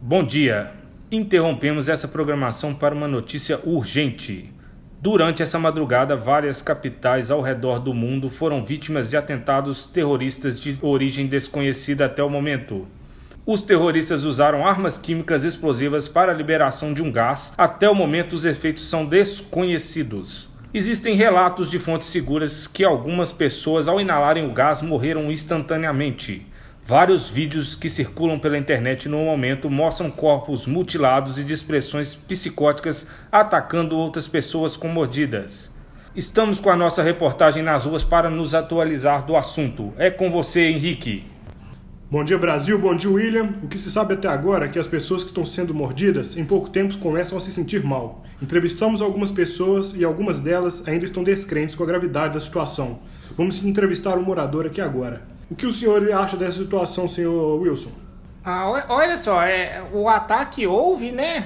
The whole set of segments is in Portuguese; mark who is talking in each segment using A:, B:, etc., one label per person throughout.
A: Bom dia. Interrompemos essa programação para uma notícia urgente. Durante essa madrugada, várias capitais ao redor do mundo foram vítimas de atentados terroristas de origem desconhecida até o momento. Os terroristas usaram armas químicas explosivas para a liberação de um gás. Até o momento, os efeitos são desconhecidos. Existem relatos de fontes seguras que algumas pessoas, ao inalarem o gás, morreram instantaneamente. Vários vídeos que circulam pela internet no momento mostram corpos mutilados e de expressões psicóticas atacando outras pessoas com mordidas. Estamos com a nossa reportagem nas ruas para nos atualizar do assunto. É com você, Henrique.
B: Bom dia, Brasil. Bom dia, William. O que se sabe até agora é que as pessoas que estão sendo mordidas em pouco tempo começam a se sentir mal. Entrevistamos algumas pessoas e algumas delas ainda estão descrentes com a gravidade da situação. Vamos entrevistar um morador aqui agora. O que o senhor acha dessa situação, senhor Wilson?
C: Ah, o- olha só, é, o ataque houve, né?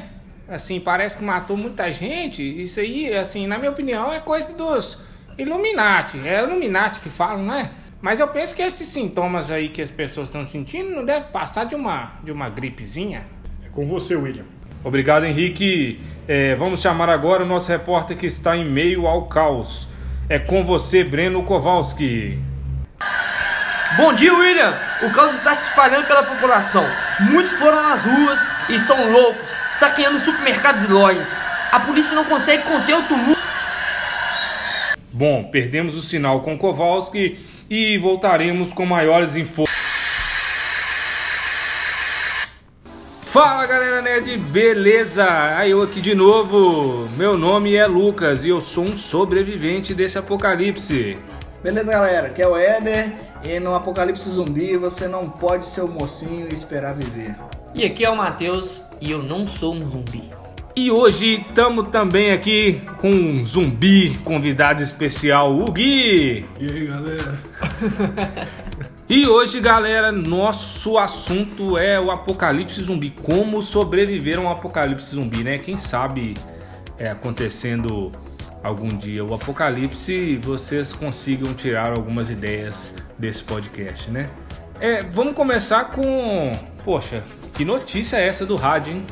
C: Assim, parece que matou muita gente. Isso aí, assim, na minha opinião, é coisa dos Illuminati. É Illuminati que falam, né? Mas eu penso que esses sintomas aí que as pessoas estão sentindo não deve passar de uma, de uma gripezinha.
B: É com você, William.
A: Obrigado, Henrique. É, vamos chamar agora o nosso repórter que está em meio ao caos. É com você, Breno Kowalski.
D: Bom dia, William! O caos está se espalhando pela população. Muitos foram nas ruas e estão loucos, saqueando supermercados e lojas. A polícia não consegue conter o tumulto.
A: Bom, perdemos o sinal com Kowalski e voltaremos com maiores infos. Fala galera nerd, beleza? Aí eu aqui de novo. Meu nome é Lucas e eu sou um sobrevivente desse apocalipse.
E: Beleza, galera? Aqui é o Éder e no apocalipse zumbi você não pode ser o mocinho e esperar viver.
D: E aqui é o Matheus e eu não sou um zumbi.
A: E hoje estamos também aqui com um zumbi convidado especial, o Gui.
F: E aí galera?
A: E hoje, galera, nosso assunto é o apocalipse zumbi. Como sobreviver a um apocalipse zumbi, né? Quem sabe é, acontecendo algum dia o apocalipse, vocês consigam tirar algumas ideias desse podcast, né? É, vamos começar com. Poxa, que notícia é essa do rádio, hein?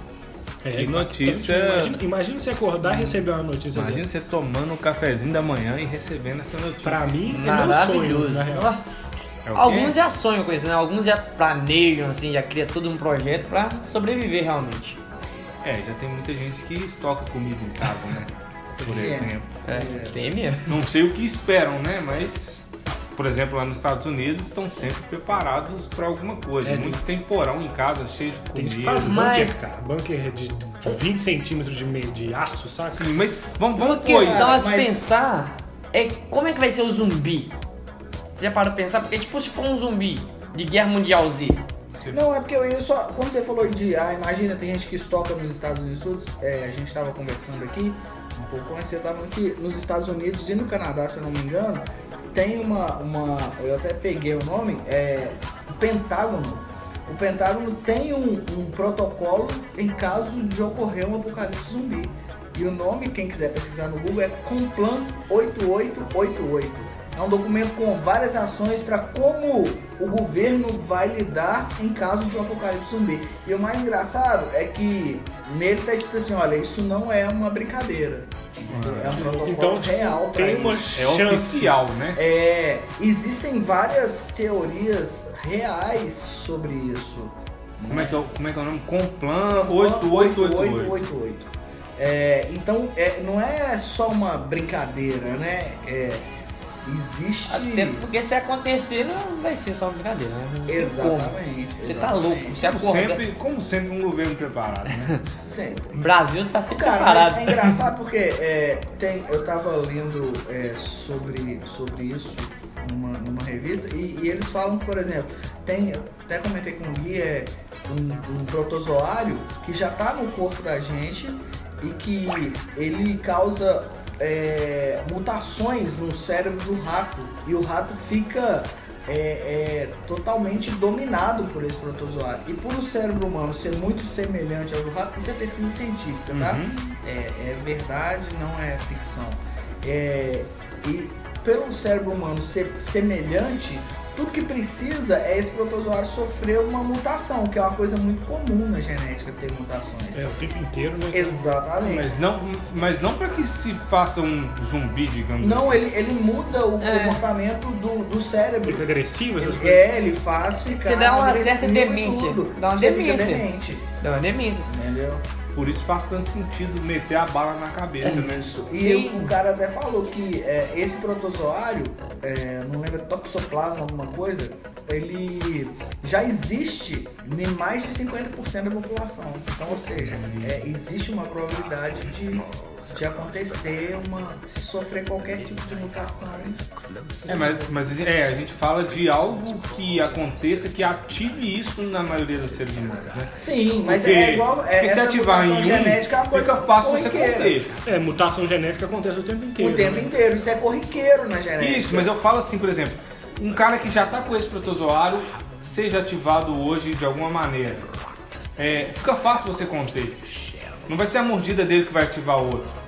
A: que notícia.
F: É, Imagina, imagina você acordar e receber uma notícia
A: Imagina você tomando um cafezinho da manhã e recebendo essa notícia.
F: Pra mim, é meu sonho,
D: Maravilhoso.
F: na real.
A: É o quê?
D: Alguns já sonham com isso, né? Alguns já planejam, assim, já cria todo um projeto pra sobreviver realmente.
A: É, já tem muita gente que estoca comida em casa, né? Por
E: É.
A: exemplo.
D: É, tem mesmo.
A: Não sei o que esperam, né? Mas, por exemplo, lá nos Estados Unidos estão sempre preparados pra alguma coisa.
F: É, tem-
A: Muitos têm porão em casa, cheio de comida.
F: Tem gente que faz
D: Mas-
F: bunker, cara. Bunker de 20 centímetros de, meio de aço, saca?
A: Sim, Assim, mas vamos,
D: Uma
A: vamos pôr.
D: questão a se
E: mas-
D: pensar é como é que vai ser o zumbi? Você já parou pra pensar? Porque, tipo, se for um zumbi de guerra mundial Z,
E: Não, é porque eu eu só. Quando você falou de. Ah, imagina, tem gente que estoca nos Estados Unidos. todos, É, a gente estava conversando aqui um pouco antes. Eu estava aqui nos Estados Unidos e no Canadá, se eu não me engano. Tem uma. uma eu até peguei o nome. É. O Pentágono. O Pentágono tem um, um protocolo em caso de ocorrer um apocalipse zumbi. E o nome, quem quiser pesquisar no Google, é Complan 8888. É um documento com várias ações para como o governo vai lidar em caso de um apocalipse zumbi. E o mais engraçado é que nele está escrito assim, olha, isso não é uma brincadeira. É um protocolo
F: Então, tipo,
E: real pra
F: Tem
E: isso.
F: uma
A: É
F: chance.
A: oficial, né?
E: É, existem várias teorias reais sobre isso.
A: Como, é que é, o- como é que é o nome? Complan 8888.
E: 8888. É, então, é, não é só uma brincadeira, né? É, existe...
D: até porque se acontecer, não vai ser só uma brincadeira, né? Não tem como.
E: Exatamente.
D: Você tá
E: exatamente.
D: louco, você
A: Como
D: acorda.
A: sempre, como sempre, um governo preparado, né?
E: Sempre.
D: O Brasil tá sempre
E: Cara,
D: preparado.
E: mas é engraçado porque é, tem, eu tava lendo é, sobre, sobre isso numa, numa revista e, e eles falam, por exemplo, tem, até comentei com o Gui, é um, um protozoário que já tá no corpo da gente e que ele causa é, mutações no cérebro do rato e o rato fica é, é, totalmente dominado por esse protozoário. E por o cérebro humano ser muito semelhante ao do rato, isso é pesquisa científica, tá?
A: Uhum.
E: É, é verdade, não é um ficção. É, e pelo cérebro humano ser semelhante, tudo que precisa é esse protozoário sofrer uma mutação, que é uma coisa muito comum na genética ter mutações.
F: É, o tempo inteiro, né?
E: Exatamente.
A: Mas não, mas não para que se faça um zumbi, digamos
E: Não,
A: assim.
E: ele, ele muda o
G: É.
E: comportamento do, do cérebro.
F: Muito agressivo, essas
E: Ele-
F: coisas.
E: é, ele faz ficar.
G: Você dá uma
E: agressivo
G: certa
E: e
G: demência.
E: tudo.
G: Dá uma
E: Você fica
G: demência.
E: demente,
G: Não, é demência.
E: entendeu?
A: Por isso faz tanto sentido meter a bala na cabeça, né?
E: E o cara até falou que é, esse protozoário, é, não lembro, é toxoplasma, alguma coisa, ele já existe em mais de 50% da população. Então, ou seja, é, existe uma probabilidade de, de acontecer uma. se sofrer qualquer tipo de mutação.
A: É, mas, mas é, a gente fala de algo que aconteça que ative isso na maioria dos seres humanos, né?
E: Sim, mas
A: Porque-
E: é igual.
A: porque
E: É,
A: se
E: essa
A: ativar em
E: mutação
A: um,
E: genética é uma coisa
A: fica fácil você
E: corriqueira.
A: conter.
F: É, mutação genética acontece o tempo
E: O
F: inteiro.
E: tempo
F: né?
E: inteiro, isso é corriqueiro na
F: É,
E: genética.
A: Isso, mas eu falo assim, por exemplo, um cara que já tá com esse protozoário, seja ativado hoje de alguma maneira, é, fica fácil você conter. Não vai ser a mordida dele que vai ativar o outro.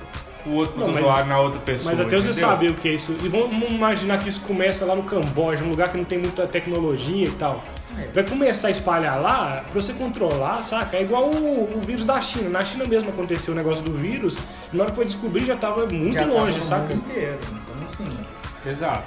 A: O outro
F: Não, mas-
A: protozoário na outra pessoa.
F: Mas até você
A: entendeu?
F: saber o que é isso. E vamos imaginar que isso começa lá no Camboja, um lugar que não tem muita tecnologia e tal.
E: É.
F: Vai começar a espalhar lá pra você controlar, saca? É igual o, o vírus da China. Na China mesmo aconteceu o negócio do vírus. E na hora que foi descobrir já tava é muito
E: Já tá
F: longe,
E: no
F: saca?
E: mundo inteiro. Então, assim.
A: Exato.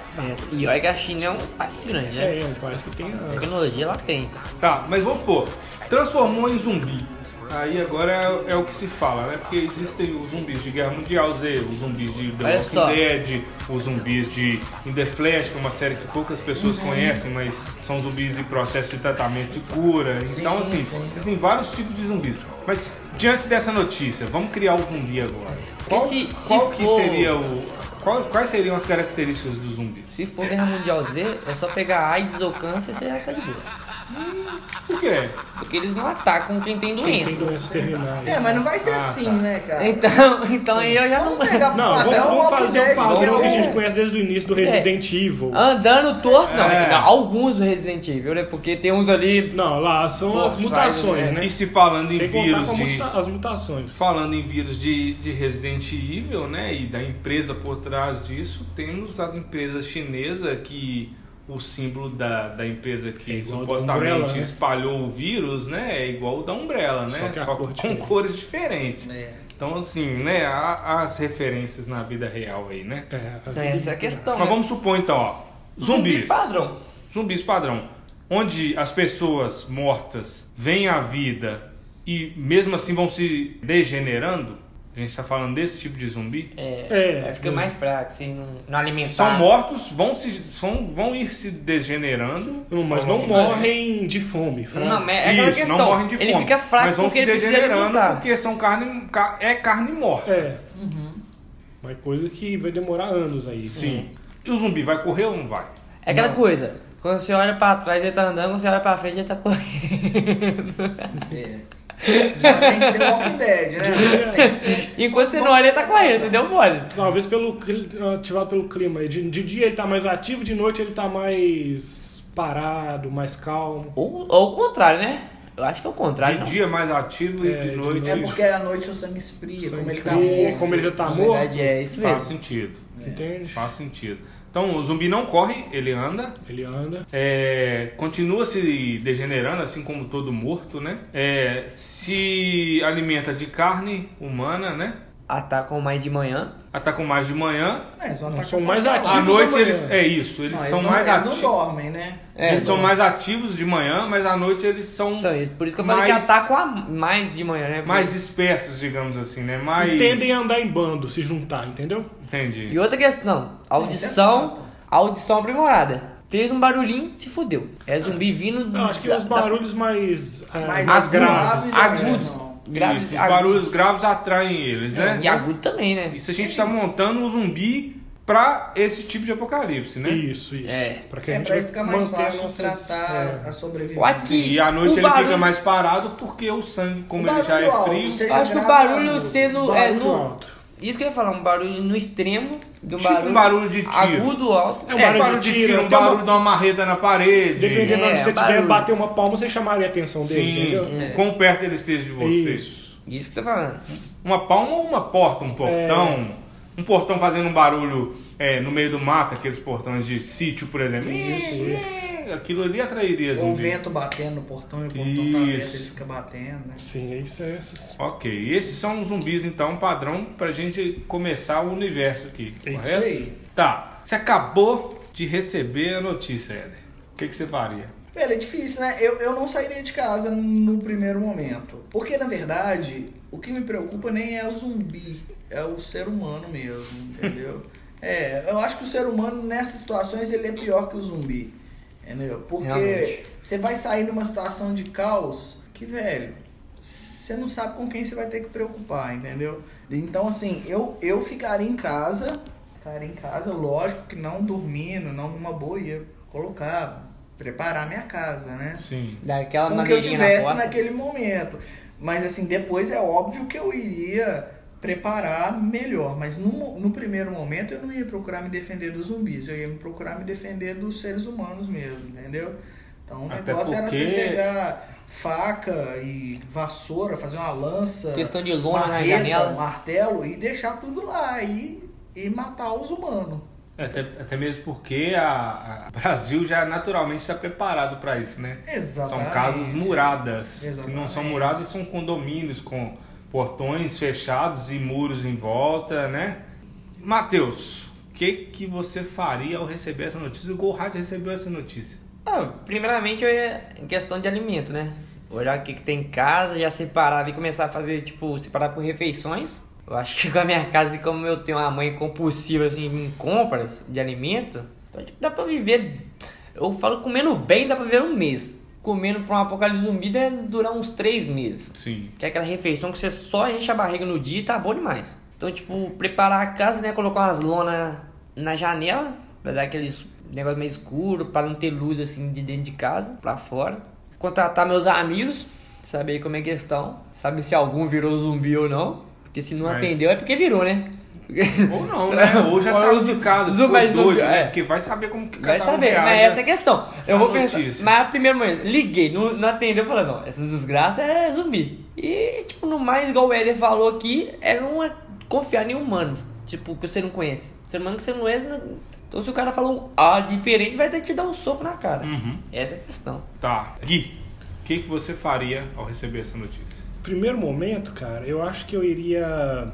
G: E olha que a China é um país grande, né?
F: É, parece que tem.
G: A tecnologia ela tem.
A: Tá, mas vamos supor, transformou em zumbi. Aí agora é, é o que se fala, né? Porque existem os zumbis de Guerra Mundial Z, os zumbis de The
G: Olha
A: Walking
G: só.
A: Dead, os zumbis de In The Flash, que é uma série que poucas pessoas conhecem, mas são zumbis em processo de tratamento de cura. Então, assim, existem vários tipos de zumbis. Mas diante dessa notícia, vamos criar um zumbi agora. Qual,
G: se- se
A: qual que
G: for-
A: seria o. qual- quais seriam as características do zumbi?
G: Se for Guerra Mundial Z, é só pegar AIDS ou câncer e você já tá de boa.
A: Por quê?
G: Porque eles não atacam quem tem
F: Tem
G: doença.
F: doenças terminais.
E: É, mas não vai ser
A: Ah,
E: assim,
A: tá.
E: né, cara?
G: Então, então aí eu já não.
E: Vamos pegar
F: Não, vamos,
E: padrão
F: vamos
E: Walking
F: fazer o
E: Dead,
F: padrão
E: vamos- É.
F: que a gente conhece desde o início do Resident Evil.
G: Andando torto, não,
A: É.
G: não, alguns do Resident Evil, né? Porque tem uns ali.
F: Não, lá são
G: Pô,
F: as mutações,
G: sai,
F: né?
A: E se falando em
F: Sem contar
A: vírus
F: com a
A: de.
F: muta- as mutações.
A: Falando em vírus de, de Resident Evil, né, e da empresa por trás disso, temos a empresa chinesa que o símbolo da, da empresa que
F: É igual ao da
A: supostamente
F: Umbrella, né?
A: espalhou o vírus, né, é igual o da Umbrella, né,
F: Só que a cor
A: com
F: diferente.
A: cores diferentes.
E: É.
A: Então, assim, né, há, há as referências na vida real aí, né.
G: Então, essa é a questão.
A: Mas
G: né?
A: vamos supor, então, ó, zumbis.
G: Zumbi padrão.
A: Zumbis padrão. Onde as pessoas mortas vêm à vida e mesmo assim vão se degenerando. A gente tá falando desse tipo de zumbi.
G: É,
F: É,
G: vai ficar
F: é.
G: mais fraco, assim, não, não alimentar.
A: São mortos, vão, se, são, vão ir se degenerando.
F: Não, mas não
E: né?
F: morrem de fome, Fran.
G: Não, mas é aquela
A: Isso,
G: questão.
A: não morrem de fome.
G: Ele fica fraco
A: mas vão
G: porque
A: se
G: ele precisa
A: degenerando
G: alimentar.
A: porque são carne, ca- é carne morta.
F: É.
E: Uhum.
F: Mas coisa que vai demorar anos aí.
G: Uhum.
A: Sim. E o zumbi vai correr ou não vai?
G: É aquela coisa. Quando você olha pra trás, ele tá andando, quando você olha pra frente, ele tá correndo.
E: Já um. É, tem que ser Walking Dead, né? Tem que ser-
G: Enquanto você não olha, ele tá correndo, você deu mole.
F: É, Talvez pelo cli- ativado pelo clima. De, de dia ele tá mais ativo, de noite ele tá mais parado, mais calmo.
G: Ou, ou o contrário, né? Eu acho que é o contrário.
A: De
G: não.
A: dia mais ativo e
F: É,
A: de
F: de
A: noite
E: É porque à noite o sangue esfria,
F: Sangue
E: como ele tá
F: esfria,
E: morto. né?
F: como ele já tá
G: Na
F: morto.
G: verdade, é isso
A: faz
G: mesmo.
A: sentido.
F: Entende?
A: Faz sentido. Então o zumbi não corre, ele anda.
F: Ele anda.
A: É, continua se degenerando, assim como todo morto, né? É, se alimenta de carne humana, né?
G: Atacam mais de manhã.
A: Atacam mais de manhã.
E: É, só tá
F: São
E: com-
F: mais
E: Não,
A: À
F: ativos.
A: noite
F: amanhã.
A: eles. É isso, eles
E: não,
A: são
E: não-
A: mais
E: Ah, então Eles não
A: ativos.
E: dormem, né?
G: É,
A: eles são mais ativos de manhã, mas à noite eles são
G: Então, isso- por isso que eu falei
A: Mais-
G: que atacam a mais de manhã, né?
A: mais dispersos, digamos assim, né? Mais.
F: E tendem a andar em bando, se juntar, entendeu?
G: E
A: Entendi.
G: outra questão, audição, audição aprimorada. Fez um barulhinho, se fudeu. É zumbi vindo...
F: Eu acho que
G: da-
F: os
G: da-
F: barulhos mais, ah,
E: Hum, Mais né?
F: mais graves.
E: graves.
G: Agudos.
E: Não.
G: Graves,
A: Isso, os
G: agudos.
A: barulhos graves atraem eles, né?
G: E agudo também, né?
A: Isso a gente tá montando um zumbi pra esse tipo de apocalipse, né?
F: Isso, isso.
G: É.
F: Pra que a
E: É
F: gente
E: pra
F: vai
E: ficar mais
F: manter
E: fácil
F: nossas,
E: tratar
F: é,
E: a sobrevivência.
G: Ou aqui,
A: E à noite
G: o
A: ele
G: barulho,
A: fica mais parado porque o sangue, como
E: O
A: ele já é
E: barulho alto,
A: frio.
E: seja
G: Acho que o
E: gravado,
G: barulho sendo... é,
F: barulho
G: no-
F: alto.
G: Isso que eu ia falar, um barulho no extremo de um
A: Tipo
G: barulho,
A: um barulho de tiro.
G: agudo, alto.
F: É um
A: É, barulho, de tiro, um
F: tem uma-
A: barulho de uma marreta na parede.
F: Dependendo de
G: É,
F: onde você tiver,
G: barulho.
F: bater uma palma, você chamaria a atenção dele,
A: Sim,
F: entendeu?
A: o quão perto ele esteja de você.
F: Isso.
G: Isso que eu tô falando.
A: Uma palma ou uma porta, um portão. Um portão fazendo um barulho é, no meio do mato, aqueles portões de sítio, por exemplo.
F: Isso, isso.
A: né? Aquilo ali atrairia
E: Ou o
A: zumbi.
E: Um vento batendo no portão e o portão tá aberto,
A: Isso.
E: ele fica batendo, né?
F: Sim, isso é essas.
A: Ok, e esses são os zumbis então, padrão pra gente começar o universo aqui, correto?
E: É aí.
A: Tá, você acabou de receber a notícia, Éder. O que, que você faria?
E: Velho, é difícil, né? Eu, eu não sairia de casa no primeiro momento. Porque, na verdade, o que me preocupa nem é o zumbi, é o ser humano mesmo, entendeu? é, eu acho que o ser humano nessas situações ele é pior que o zumbi, entendeu? Porque
G: Realmente.
E: você vai sair numa situação de caos que, velho, você não sabe com quem você vai ter que preocupar, entendeu? Então, assim, eu, eu ficaria em casa, ficaria em casa, lógico que não dormindo, não numa boa, ia colocar, preparar minha casa, né?
A: Sim.
G: Daquela
E: com o que eu
G: maneirinha
E: tivesse
G: na porta.
E: naquele momento. Mas assim, depois é óbvio que eu iria preparar melhor. Mas no, no primeiro momento eu não ia procurar me defender dos zumbis, eu ia me procurar me defender dos seres humanos mesmo, entendeu? Então o
A: Até
E: negócio era você
A: porque-
E: pegar faca e vassoura, fazer uma lança,
G: Questão de lona na
E: marreta, um
G: janela.
E: martelo e deixar tudo lá e, e matar os humanos.
A: É, Até, até mesmo porque a, a- o Brasil já naturalmente está preparado para isso, né?
E: Exatamente.
A: São casas muradas. Se não são
E: Exatamente.
A: muradas, são condomínios com portões fechados e muros em volta, né? Matheus, o que, que você faria ao receber essa notícia? O Gorhard recebeu essa notícia.
G: Ah, primeiramente eu ia em questão de alimento, né? Olhar o que, que tem em casa, já separar ali, começar a fazer, tipo, separar por refeições. Eu acho que com a minha casa e como eu tenho uma mãe compulsiva, assim, em compras de alimento, então, tipo, dá pra viver. Eu falo comendo bem, dá pra viver um mês. Comendo pra um apocalipse zumbi deve durar uns três meses.
A: Sim.
G: Que é aquela refeição que você só enche a barriga no dia e tá bom demais. Então, tipo, preparar a casa, né? Colocar umas lonas na janela, pra dar aqueles negócio meio escuro, pra não ter luz assim de dentro de casa, pra fora. Contratar meus amigos, saber como é que estão, saber se algum virou zumbi ou não. Porque se não
A: Mas-
G: atendeu é porque virou, né?
A: Ou não, né? Ou já saiu de casa,
G: Zumbi,
A: ficou
G: zumbi,
A: doido, né?
G: é.
A: Porque vai saber como que
G: Vai
A: cada um
G: saber, mas
A: reage.
G: essa é a questão. Eu
A: a
G: vou pensar.
A: notícia.
G: Mas a primeira momento, liguei, não, não atendeu, falei, não, essa desgraça é zumbi. E, tipo, no mais, igual o Eder falou aqui, é não a- confiar em humanos, tipo, que você não conhece. Ser humano que você não conhece. não- Então, se o cara falar um A diferente, vai até te dar um soco na cara.
F: Hum.
A: Uhum.
G: Essa é a questão.
A: Tá. Gui, o que, que você faria ao receber essa notícia?
F: Primeiro momento, cara, eu acho que eu iria.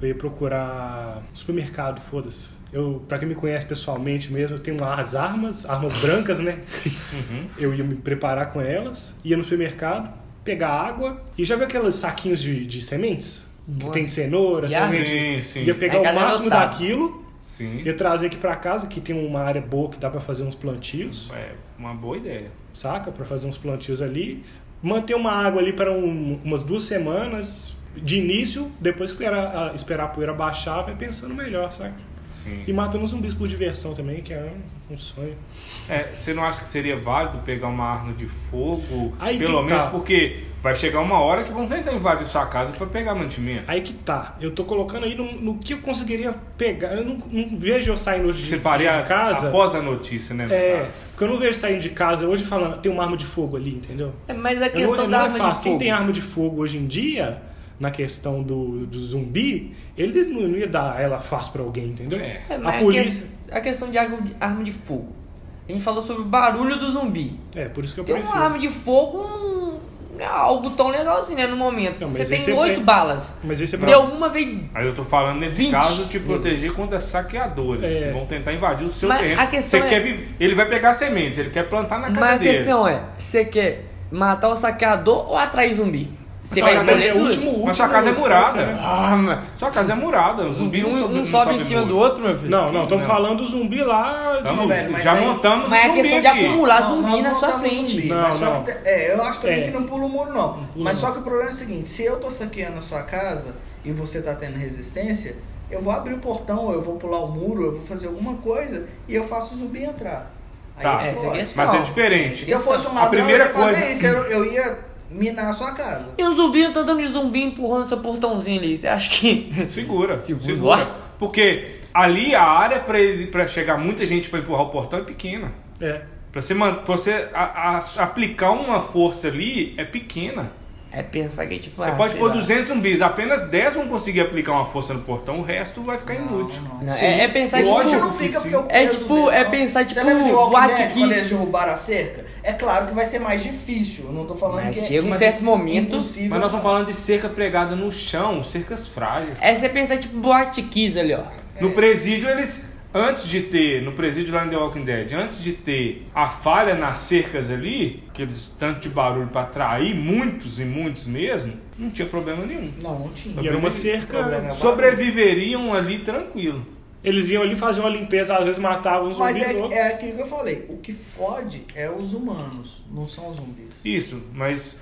F: Eu ia procurar supermercado, foda-se. Eu, pra quem me conhece pessoalmente mesmo, eu tenho lá as armas, armas brancas, né?
A: Uhum.
F: Eu ia me preparar com elas, ia no supermercado, pegar água e já viu aqueles saquinhos de, de sementes? Que
G: Nossa.
F: tem cenoura,
G: Já?
F: semente.
A: Sim, sim.
F: Ia pegar
G: Lá em
F: o
G: casa é
F: máximo
G: lotado.
F: daquilo,
A: Sim.
F: ia trazer aqui pra casa, que tem uma área boa que dá pra fazer uns plantios
A: É uma boa ideia.
F: saca? Pra fazer uns plantios ali. Manter uma água ali para um- umas duas semanas de início, depois que era, a- esperar a poeira baixar, vai pensando melhor, saca?
A: Sim.
F: E matando zumbis por diversão também, que é um, um sonho.
A: É, você não acha que seria válido pegar uma arma de fogo?
F: Aí que
A: pelo
F: tá.
A: menos porque vai chegar uma hora que vão tentar invadir sua casa pra pegar mantimento.
F: Aí que tá, eu tô colocando aí no, no que eu conseguiria pegar. Eu não, não vejo eu saindo hoje de,
A: Você faria
F: de casa.
A: após a notícia, né? no
F: É,
A: caso?
F: porque eu não vejo saindo de casa hoje falando, tem uma arma de fogo ali, entendeu?
G: É, Mas
F: Eu
G: a
F: não-
G: questão
F: eu
G: da
F: não
G: arma
F: faço.
G: de
F: Quem
G: fogo.
F: tem arma de fogo hoje em dia, na questão do, do zumbi, eles não, não iam dar ela fácil pra alguém, entendeu?
A: É.
G: É, mas
F: a
G: a,
F: polícia.
G: que- a questão de arma de- arma de fogo. A gente falou sobre o barulho do zumbi.
F: É, por isso que eu
G: Tem
F: prefiro.
G: uma arma de fogo hum, é algo tão legal assim, né? No momento.
F: Não, mas
G: você
F: aí
G: tem
F: você
G: oito
F: tem-
G: balas.
F: Mas é aí você
G: Deu uma, veio.
A: Aí eu tô falando nesse
G: 20.
A: caso de
G: Meu
A: proteger contra saqueadores
F: É.
A: que vão tentar invadir o seu
G: Mas
A: terreno.
G: a questão
A: Você
G: é-
A: quer vi- Ele vai pegar sementes, ele quer plantar na casa
G: Mas a
A: dele.
G: questão é: você quer matar o saqueador ou atrair zumbi? Você
A: Só
G: vai
A: que mas
G: escolher
A: é o
G: duas?
A: último- Mas sua casa é
F: instância,
A: murada.
F: né?
G: Ah, mano.
A: Sua casa é murada, o zumbi
G: Zumbi um,
A: não
G: um
A: sobe, não
G: sobe em
A: sobe
G: cima
A: muro.
G: do outro, meu filho.
F: Não, não, estamos
A: Não.
F: falando do zumbi lá. de- é,
A: Tamo-
E: velho, mas
A: já
E: aí-
A: montamos
G: mas
A: o
G: é
A: zumbi
G: questão de
A: aqui.
G: acumular. pular
E: Não,
G: zumbi
E: nós
G: na
E: não
G: sua
E: tava
G: frente.
E: zumbi,
F: Não,
E: mas só
F: não.
E: que te- é, eu acho também
F: É.
E: que não pula o muro, não.
F: pula,
E: mas
F: não.
E: só que o problema é o seguinte: se eu tô saqueando a sua casa e você tá tendo resistência, eu vou abrir o portão, eu vou pular o muro, eu vou fazer alguma coisa e eu faço o zumbi entrar. Aí
A: Tá.
E: eu
G: Essa é a
E: fora.
G: questão.
A: Mas é
G: Não.
A: diferente.
E: Se eu fosse um
A: a
E: ladrão,
A: primeira
E: eu ia fazer
A: coisa
E: isso, eu, eu ia minar a sua casa.
G: E um zumbi tá dando de zumbi empurrando seu portãozinho ali. Você acha que.
A: Segura, segura.
G: Segura.
A: Porque ali a área pra ele- pra chegar muita gente pra empurrar o portão é pequena.
F: É.
A: Pra você, man- pra você a- a- aplicar uma força ali é pequena.
G: É pensar que, tipo,
A: Você
G: ah,
A: pode
G: sei
A: pôr
G: lá.
A: 200 zumbis, apenas 10 vão conseguir aplicar uma força no portão, o resto vai ficar inútil.
G: Não, é, é pensar, tipo,
A: Lógico.
E: Não fica porque eu
G: É
E: penso
G: tipo-
E: mesmo,
G: é
E: não.
G: pensar,
E: Você
G: tipo,
E: lembra de Walking
G: What
E: Dead,
G: Kids?
E: quando eles derrubaram a cerca? É claro que vai ser mais difícil. eu Não tô falando
G: Mas
E: que é-
G: chega um
E: que é
G: certo momento-
E: impossível.
A: Mas nós estamos falando de cerca pregada no chão, cercas frágeis.
G: é você pensar, tipo, boate kiss ali, ó.
A: No presídio, eles, antes de ter, no presídio lá em The Walking Dead, antes de ter a falha nas cercas ali, aqueles tanto de barulho pra atrair, muitos e muitos mesmo, não tinha problema nenhum.
E: Não, não tinha.
F: E era uma
A: Sobrevive-
F: cerca.
E: problema. é
G: né?
A: Sobreviveriam ali tranquilo.
F: Eles iam ali fazer uma limpeza, às vezes matavam um uns
E: Mas
F: zumbis
E: é,
F: outros.
E: é aquilo que eu falei. O que fode é os humanos, não são os zumbis.
A: Isso, mas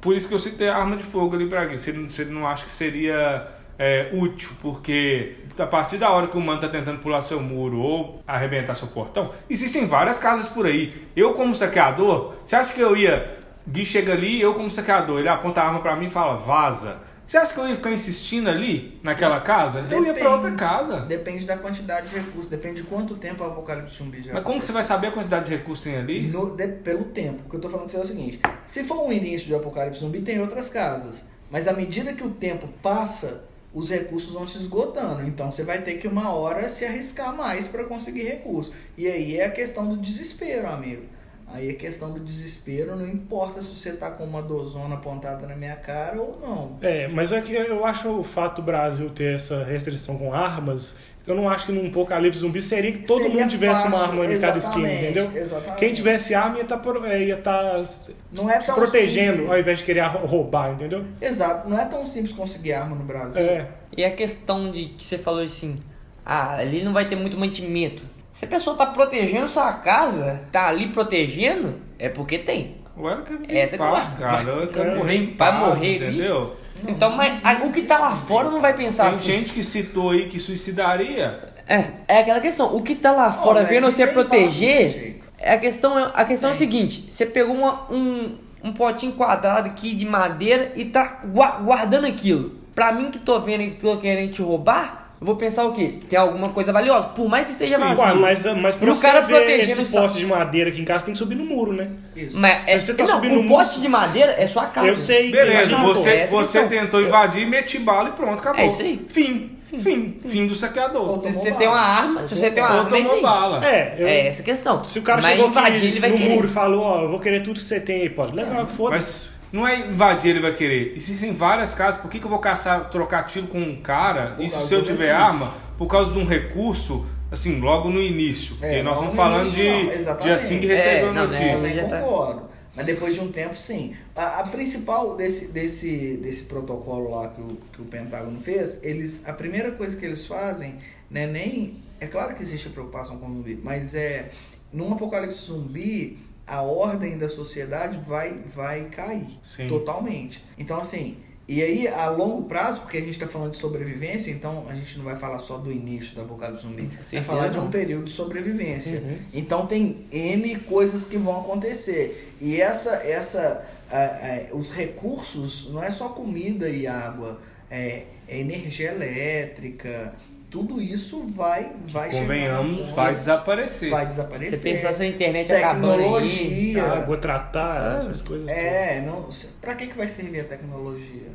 A: por isso que eu citei a arma de fogo ali pra Gui. Você não, você não acha que seria é, útil, porque a partir da hora que o mano tá tentando pular seu muro ou arrebentar seu portão, existem várias casas por aí. Eu, como saqueador, você acha que eu ia. Gui chega ali, eu, como saqueador, ele aponta a arma pra mim e fala: vaza. Você acha que eu ia ficar insistindo ali, naquela casa? Eu ia pra outra casa.
E: Depende da quantidade de recursos, depende de quanto tempo o apocalipse zumbi já
A: Mas como que você vai saber a quantidade de recursos que tem ali?
E: No- de- pelo tempo. O que eu tô falando com você é o seguinte: se for um início de apocalipse zumbi, tem outras casas. Mas à medida que o tempo passa, os recursos vão se esgotando. Então você vai ter que uma hora se arriscar mais para conseguir recurso. E aí é a questão do desespero, amigo. Aí a questão do desespero, não importa se você tá com uma dozona apontada na minha cara ou não.
F: É, mas é que eu acho o fato do Brasil ter essa restrição com armas, eu não acho que num apocalipse zumbi seria que todo
E: Seria
F: mundo tivesse
E: fácil,
F: uma arma em cada esquina,
E: exatamente,
F: entendeu?
E: exatamente.
F: Quem tivesse arma ia estar ia tá se
E: Não é
G: um
E: tão
F: protegendo ao
E: Simples.
F: invés de querer arro- roubar, entendeu?
E: Exato, não é tão simples conseguir arma no Brasil.
F: É.
G: E a questão de que você falou assim, ah, ali não vai ter muito mantimento. Se a pessoa tá protegendo sua casa, tá ali protegendo, é porque tem.
A: Agora eu quero viver
G: Essa
A: em
G: é
A: paz,
G: conversa.
A: cara. Eu quero
G: Vai-
A: morrer em
G: vai
A: paz,
G: morrer ali?
A: entendeu?
G: Então, mas a- o que tá lá fora não vai pensar
A: Tem
G: assim.
A: gente que citou aí que suicidaria.
G: É, é aquela questão, o que tá lá fora
E: velho,
G: vendo
E: é que
G: você
E: tem
G: proteger,
E: bala, gente.
G: é a questão, é- a questão é o seguinte, você pegou uma- um, um potinho quadrado aqui de madeira e tá gua- guardando aquilo. Pra mim que tô vendo e tô querendo te roubar, eu vou pensar o quê? Tem alguma coisa valiosa, por mais que esteja
F: Ué,
G: é vazio.
F: mas, mas pra
G: E o
F: você
G: cara
F: ver
G: protegendo
F: esse
G: o
F: poste de madeira aqui em casa tem que subir no muro, né?
E: Isso.
G: Mas é,
F: Se você tá
G: não,
F: subindo
G: o
F: um
G: pote
F: muro-
G: de madeira é sua casa.
F: Eu sei,
A: Beleza,
F: entendi, pô.
A: você,
G: essa
A: você
G: questão.
A: tentou invadir, meti bala e pronto, acabou.
G: É isso aí.
A: Fim. Fim. Fim, do saqueador.
G: Se você tem uma arma, se você tem uma
A: Ou
G: arma, é
A: tomou
G: sim.
A: bala.
F: É, eu-
G: É essa a questão.
F: se o cara
G: Mas
F: chegou
G: invadir,
F: aqui
G: ele vai
F: no
G: querer.
F: muro e falou, ó, eu vou querer tudo que você tem aí, pode levar, foda-se.
A: Mas não é invadir, ele vai querer. Existem várias casas. Por que, que eu vou caçar, trocar tiro com um cara? Isso se eu tiver arma, por causa de um recurso, assim, logo no início. Porque
E: É,
A: nós
E: logo
A: estamos
E: no
A: falando
E: início não,
A: de,
E: exatamente.
A: de assim que recebeu
G: É,
A: a
G: não,
A: notícia.
G: né?
E: Eu também
G: já tá-
E: concordo. Mas depois de um tempo, sim. A, a principal desse, desse, desse protocolo lá que o, que o Pentágono fez, eles, a primeira coisa que eles fazem, né, nem. É claro que existe a preocupação com o zumbi, mas é. Num apocalipse zumbi, a ordem da sociedade vai, vai cair.
A: Sim.
E: Totalmente. Então, assim. E aí, a longo prazo, porque a gente está falando de sobrevivência, então a gente não vai falar só do início do apocalipse zumbi. Vai
G: certeza
E: falar de
G: não.
E: um período de sobrevivência.
A: Uhum.
E: Então tem N coisas que vão acontecer. E essa, essa ah, ah, os recursos não é só comida e água, é, é energia elétrica, tudo isso vai vai chegar
A: Convenhamos,
E: uma hora,
A: vai desaparecer.
E: vai desaparecer.
G: Você pensar sua internet acabando aí.
E: tecnologia.
F: Água, Tá,
G: Ah,
F: tratar, essas coisas.
E: É, não, se- pra que que vai servir a tecnologia?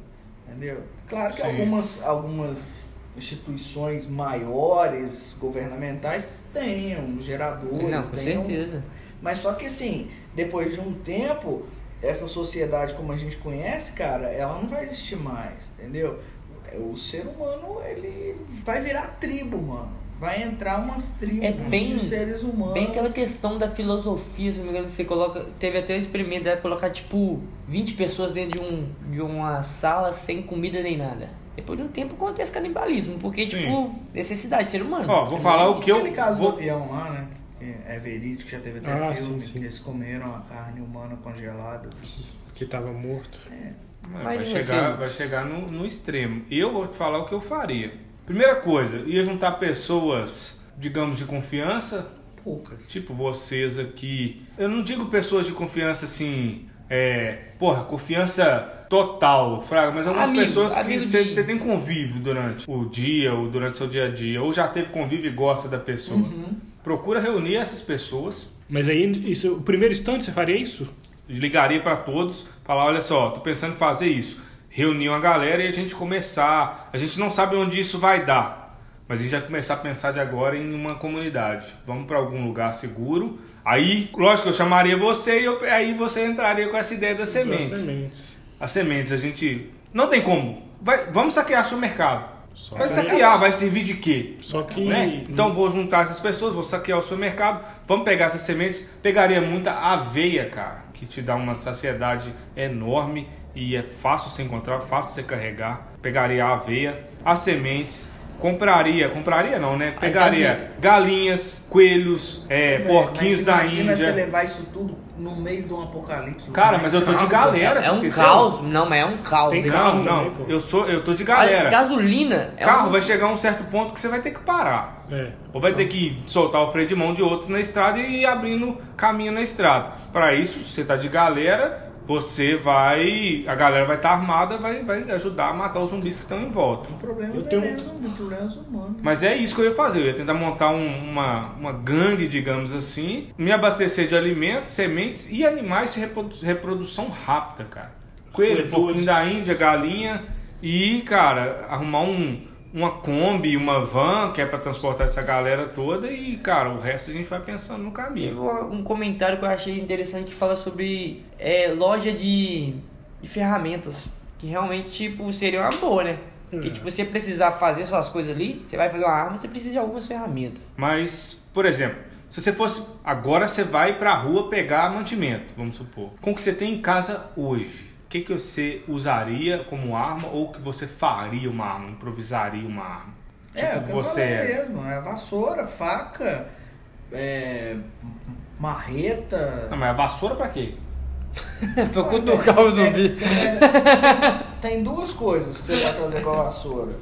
E: Entendeu? Claro que
A: Sim.
E: algumas, algumas instituições maiores, governamentais, tenham geradores,
F: um
G: Não, com
E: tenham-
G: certeza.
E: Mas só que assim, depois de um tempo, essa sociedade como a gente conhece, cara, ela não vai existir mais, entendeu? O ser humano, ele vai virar tribo, mano. Vai entrar umas tribos
G: É bem-
E: de seres humanos.
G: Bem aquela questão da filosofia, se não me engano, que você coloca. Teve até um experimento, era colocar tipo 20 pessoas dentro de, um, de uma sala sem comida nem nada. Depois de um tempo acontece canibalismo, porque,
A: Sim.
G: tipo, necessidade, ser humano.
A: Ó, vou falar o
E: Isso
A: que eu.
E: aquele caso
A: vou-
E: do avião lá, né? que É verídico, já teve até
F: Ah,
E: filme,
F: sim, sim.
E: que eles comeram a carne humana congelada.
F: Que tava morto.
A: Mas
G: Mas
A: vai,
G: e você,
A: chegar,
G: Lucas?
A: vai chegar no, no extremo. Eu vou te falar o que eu faria. Primeira coisa, ia juntar pessoas, digamos, de confiança,
E: Poucas.
A: tipo vocês aqui. Eu não digo pessoas de confiança assim, é, porra, confiança total, Fraga, mas algumas
G: Amigo,
A: pessoas que
G: amigo
A: você
G: de-
A: você tem convívio durante o dia ou durante o seu dia a dia, ou já teve convívio e gosta da pessoa.
G: Uhum.
A: Procura reunir essas pessoas.
F: Mas aí, isso, o primeiro instante você faria isso?
A: ligaria para todos, falar, olha só, tô pensando em fazer isso. Reunir uma galera e a gente começar. A gente não sabe onde isso vai dar, mas a gente vai começar a pensar de agora em uma comunidade. Vamos para algum lugar seguro. Aí, lógico, eu chamaria você e eu- aí você entraria com essa ideia das sementes.
F: Sementes.
A: As sementes, a gente. Não tem como. Vai- vamos saquear seu mercado. vai saquear, vai servir de quê?
F: Só que.
G: É,
A: Né? Então vou juntar essas pessoas, vou saquear o supermercado, vamos pegar essas sementes. Pegaria muita aveia, cara, que te dá uma saciedade enorme e é fácil se encontrar, fácil você carregar. Pegaria a aveia, as sementes, compraria, compraria não, né? Pegaria galinhas, coelhos, é,
E: Velho,
A: porquinhos
E: mas
A: da
E: imagina você
A: Índia.
E: levar isso tudo no meio de um apocalipse.
A: Cara, mas eu tô de galera,
G: É
A: você
G: um
A: esqueceu?
G: caos. Não, mas é um caos.
F: Tem
G: né?
F: carro
A: Não,
F: também,
A: não,
F: pô.
A: eu sou, eu tô de
G: Olha,
A: galera.
G: Gasolina é
A: Carro
G: um...
A: vai chegar a um certo ponto que você vai ter que parar.
F: É.
A: Ou vai ter que soltar o freio de mão de outros na estrada e ir abrindo caminho na estrada. Para isso, se você tá de galera, você vai. A galera vai estar armada, vai, vai ajudar a matar os zumbis que estão em volta.
E: O problema
F: Eu
E: não
F: tenho
E: é mesmo, o problema é os humanos.
A: Mas é isso que eu ia fazer. Eu ia tentar montar um- uma, uma gangue, digamos assim, me abastecer de alimentos, sementes e animais de reprodu- reprodução rápida, cara. Coelho,
F: Roedores.
A: porquinho da Índia, galinha e, cara, arrumar um, uma Kombi, uma van que é pra transportar essa galera toda e, cara, o resto a gente vai pensando no
G: Teve
A: caminho.
G: uma- um comentário que eu achei interessante que fala sobre é, loja de, de ferramentas. Que realmente, tipo, seria uma boa, né? Porque, tipo, você precisar fazer suas coisas ali, você vai fazer uma arma, você precisa de algumas ferramentas.
A: Mas, por exemplo, se você fosse. Agora você vai pra rua pegar mantimento, vamos supor. Com o que você tem em casa hoje, o que, que você usaria como arma ou que você faria uma arma, improvisaria uma arma?
E: É, o que
A: Tipo você
E: eu falei
A: é.
E: mesmo. É vassoura, faca, é, marreta.
A: Não, mas a vassoura pra quê?
G: pra
E: Ah,
G: cutucar
E: velho,
G: o
E: você pega-
G: zumbi.
E: você pega- Tem duas coisas que você vai fazer com a vassoura.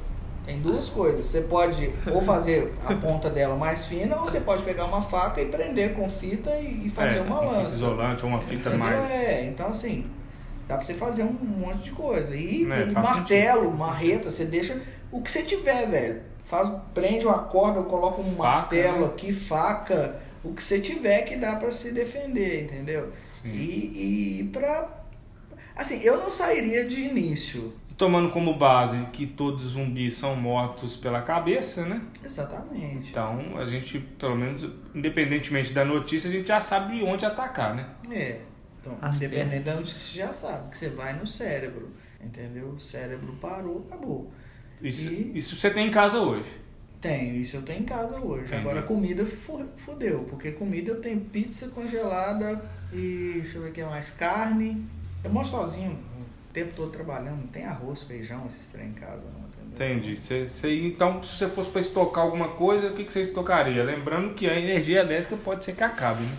E: Tem duas coisas. Você pode ou fazer a ponta dela mais fina, ou você pode pegar uma faca e prender com fita e, e fazer
A: É,
E: uma
A: fita
E: lança.
A: isolante ou uma fita
E: Entendeu?
A: mais.
E: É, então assim, dá pra você fazer um monte de coisa. E,
A: É,
E: e
A: faz
E: martelo, marreta, você deixa o que você tiver, velho. Faz, prende uma corda, coloca um
A: Faca,
E: martelo
A: né?
E: aqui, faca, o que você tiver que dá pra se defender, entendeu?
A: Sim.
E: E, e pra. Assim, eu não sairia de início.
A: E tomando como base que todos os zumbis são mortos pela cabeça, né?
E: Exatamente.
A: Então a gente, pelo menos, independentemente da notícia, a gente já sabe onde atacar, né?
E: É. Então,
G: As
E: dependendo da notícia, você já sabe que você vai no cérebro. Entendeu? O cérebro parou, acabou.
A: Isso,
E: E-
A: isso você tem em casa hoje.
E: Tenho, isso eu tenho em casa hoje.
A: Entendi.
E: Agora comida fu- fudeu, porque comida eu tenho pizza congelada e deixa eu ver o que mais, carne. Eu moro sozinho o tempo todo trabalhando, não tem arroz, feijão, esses trem em casa não, entendeu?
A: Entendi. Você, você- então, se você fosse para estocar alguma coisa, o que, que você estocaria? Lembrando que a energia elétrica pode ser que acabe, né?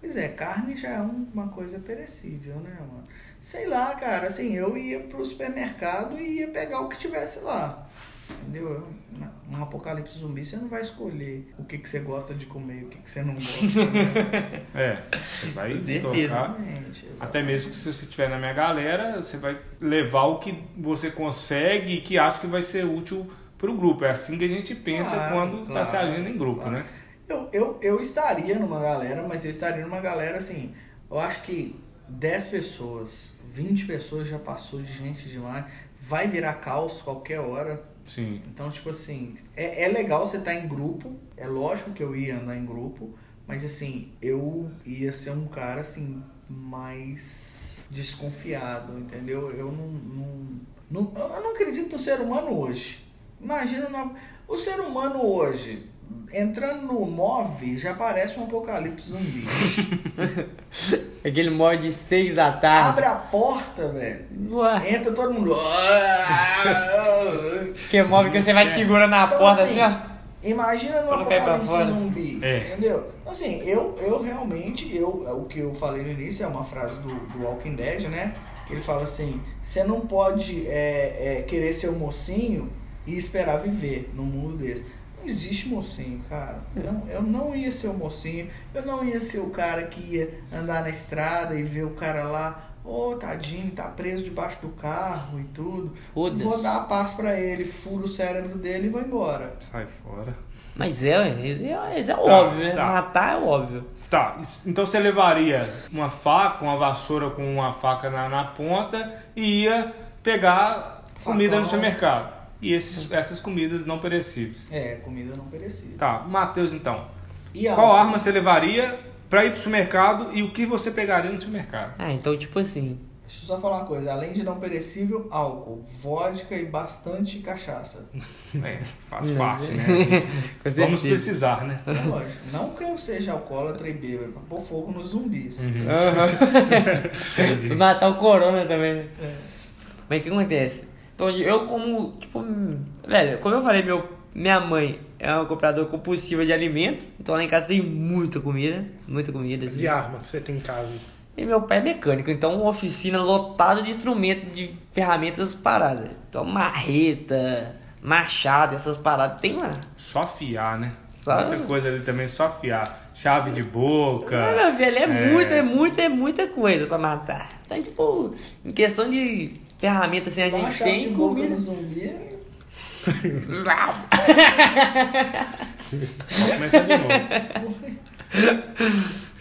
E: Pois é, carne já é um- uma coisa perecível, né, mano? Sei lá, cara, assim, eu ia pro supermercado e ia pegar o que tivesse lá. Entendeu? Eu- na- Num apocalipse zumbi você não vai escolher o que, que você gosta de comer e o que, que você não gosta. né?
A: É. Você vai
G: Defesa.
A: estocar.
E: Exatamente,
A: Até mesmo que se você estiver na minha galera, você vai levar o que você consegue e que acha que vai ser útil pro grupo. É assim que a gente pensa
E: Claro,
A: quando está tá
E: claro,
A: se agindo em grupo,
E: claro.
A: né?
E: Eu, eu, eu estaria numa galera, mas eu estaria numa galera assim, eu acho que 10 pessoas, 20 pessoas já passou de gente demais, vai virar caos qualquer hora.
A: Sim.
E: Então, tipo assim, é, é legal você estar em grupo, é lógico que eu ia andar em grupo, mas assim, eu ia ser um cara assim, mais desconfiado, entendeu? Eu não. não, não- eu não acredito no ser humano hoje. Imagina no- o ser humano hoje. Entrando no MOV já parece um apocalipse zumbi.
G: Aquele mod de 6 da tarde.
E: Abre a porta, velho.
G: Ué,
E: Entra todo mundo.
G: que é móvel que você vai segurando na
E: Então,
G: porta
E: assim,
G: assim, ó.
E: Imagina no
G: Pra não cair pra
E: apocalipse
G: fora.
E: zumbi,
A: É.
E: entendeu? Assim, eu, eu realmente, eu, o que eu falei no início é uma frase do, do Walking Dead, né? Que ele fala assim, você não pode é, é, querer ser um mocinho e esperar viver num mundo desse. Não existe mocinho, cara.
G: É.
E: Não, eu não ia ser o mocinho, eu não ia ser o cara que ia andar na estrada e ver o cara lá, ô tadinho, tá preso debaixo do carro e tudo. Vou
G: Foda-se.
E: dar a paz pra ele, furo o cérebro dele e vou embora.
A: Sai fora.
G: Mas é, ué, esse é, esse é o
A: Tá,
G: óbvio, né?
A: tá.
G: Matar é o óbvio.
A: Tá, então você levaria uma faca, uma vassoura com uma faca na, na ponta e ia pegar comida no supermercado. E esses, essas comidas não perecíveis.
E: É, comida não perecível.
A: Tá, Matheus então.
E: E a
A: Qual arma você levaria pra ir pro supermercado e o que você pegaria no supermercado?
G: Ah, então tipo assim.
E: Deixa eu só falar uma coisa. Além de não perecível, álcool, vodka e bastante cachaça.
A: É, faz parte, né?
G: com
A: Vamos
G: certeza.
A: precisar, né?
E: É Lógico. Não que eu seja alcoólatra e bêbado, pra pôr fogo nos zumbis.
G: Uhum. Pra matar o corona também, né? Mas o que acontece? Então, eu como, tipo, hum, velho, como eu falei, meu, minha mãe é uma compradora compulsiva de alimento, então lá em casa tem muita comida, muita comida, assim.
F: De arma que você tem em casa.
G: E meu pai é mecânico, então uma oficina lotada de instrumentos, de ferramentas paradas. Então marreta, machado, essas paradas tem lá.
A: Só afiar, né?
G: Sabe?
A: Outra coisa ali também, só afiar. Chave de boca.
G: Não, meu velho, é, muita, é muita, é muita coisa pra matar. Então, tipo, em questão de ferramenta, assim, a
E: Dá uma
G: gente
E: chave de
G: tem
E: boca
G: comida.
E: no zumbi.
A: Começa de novo.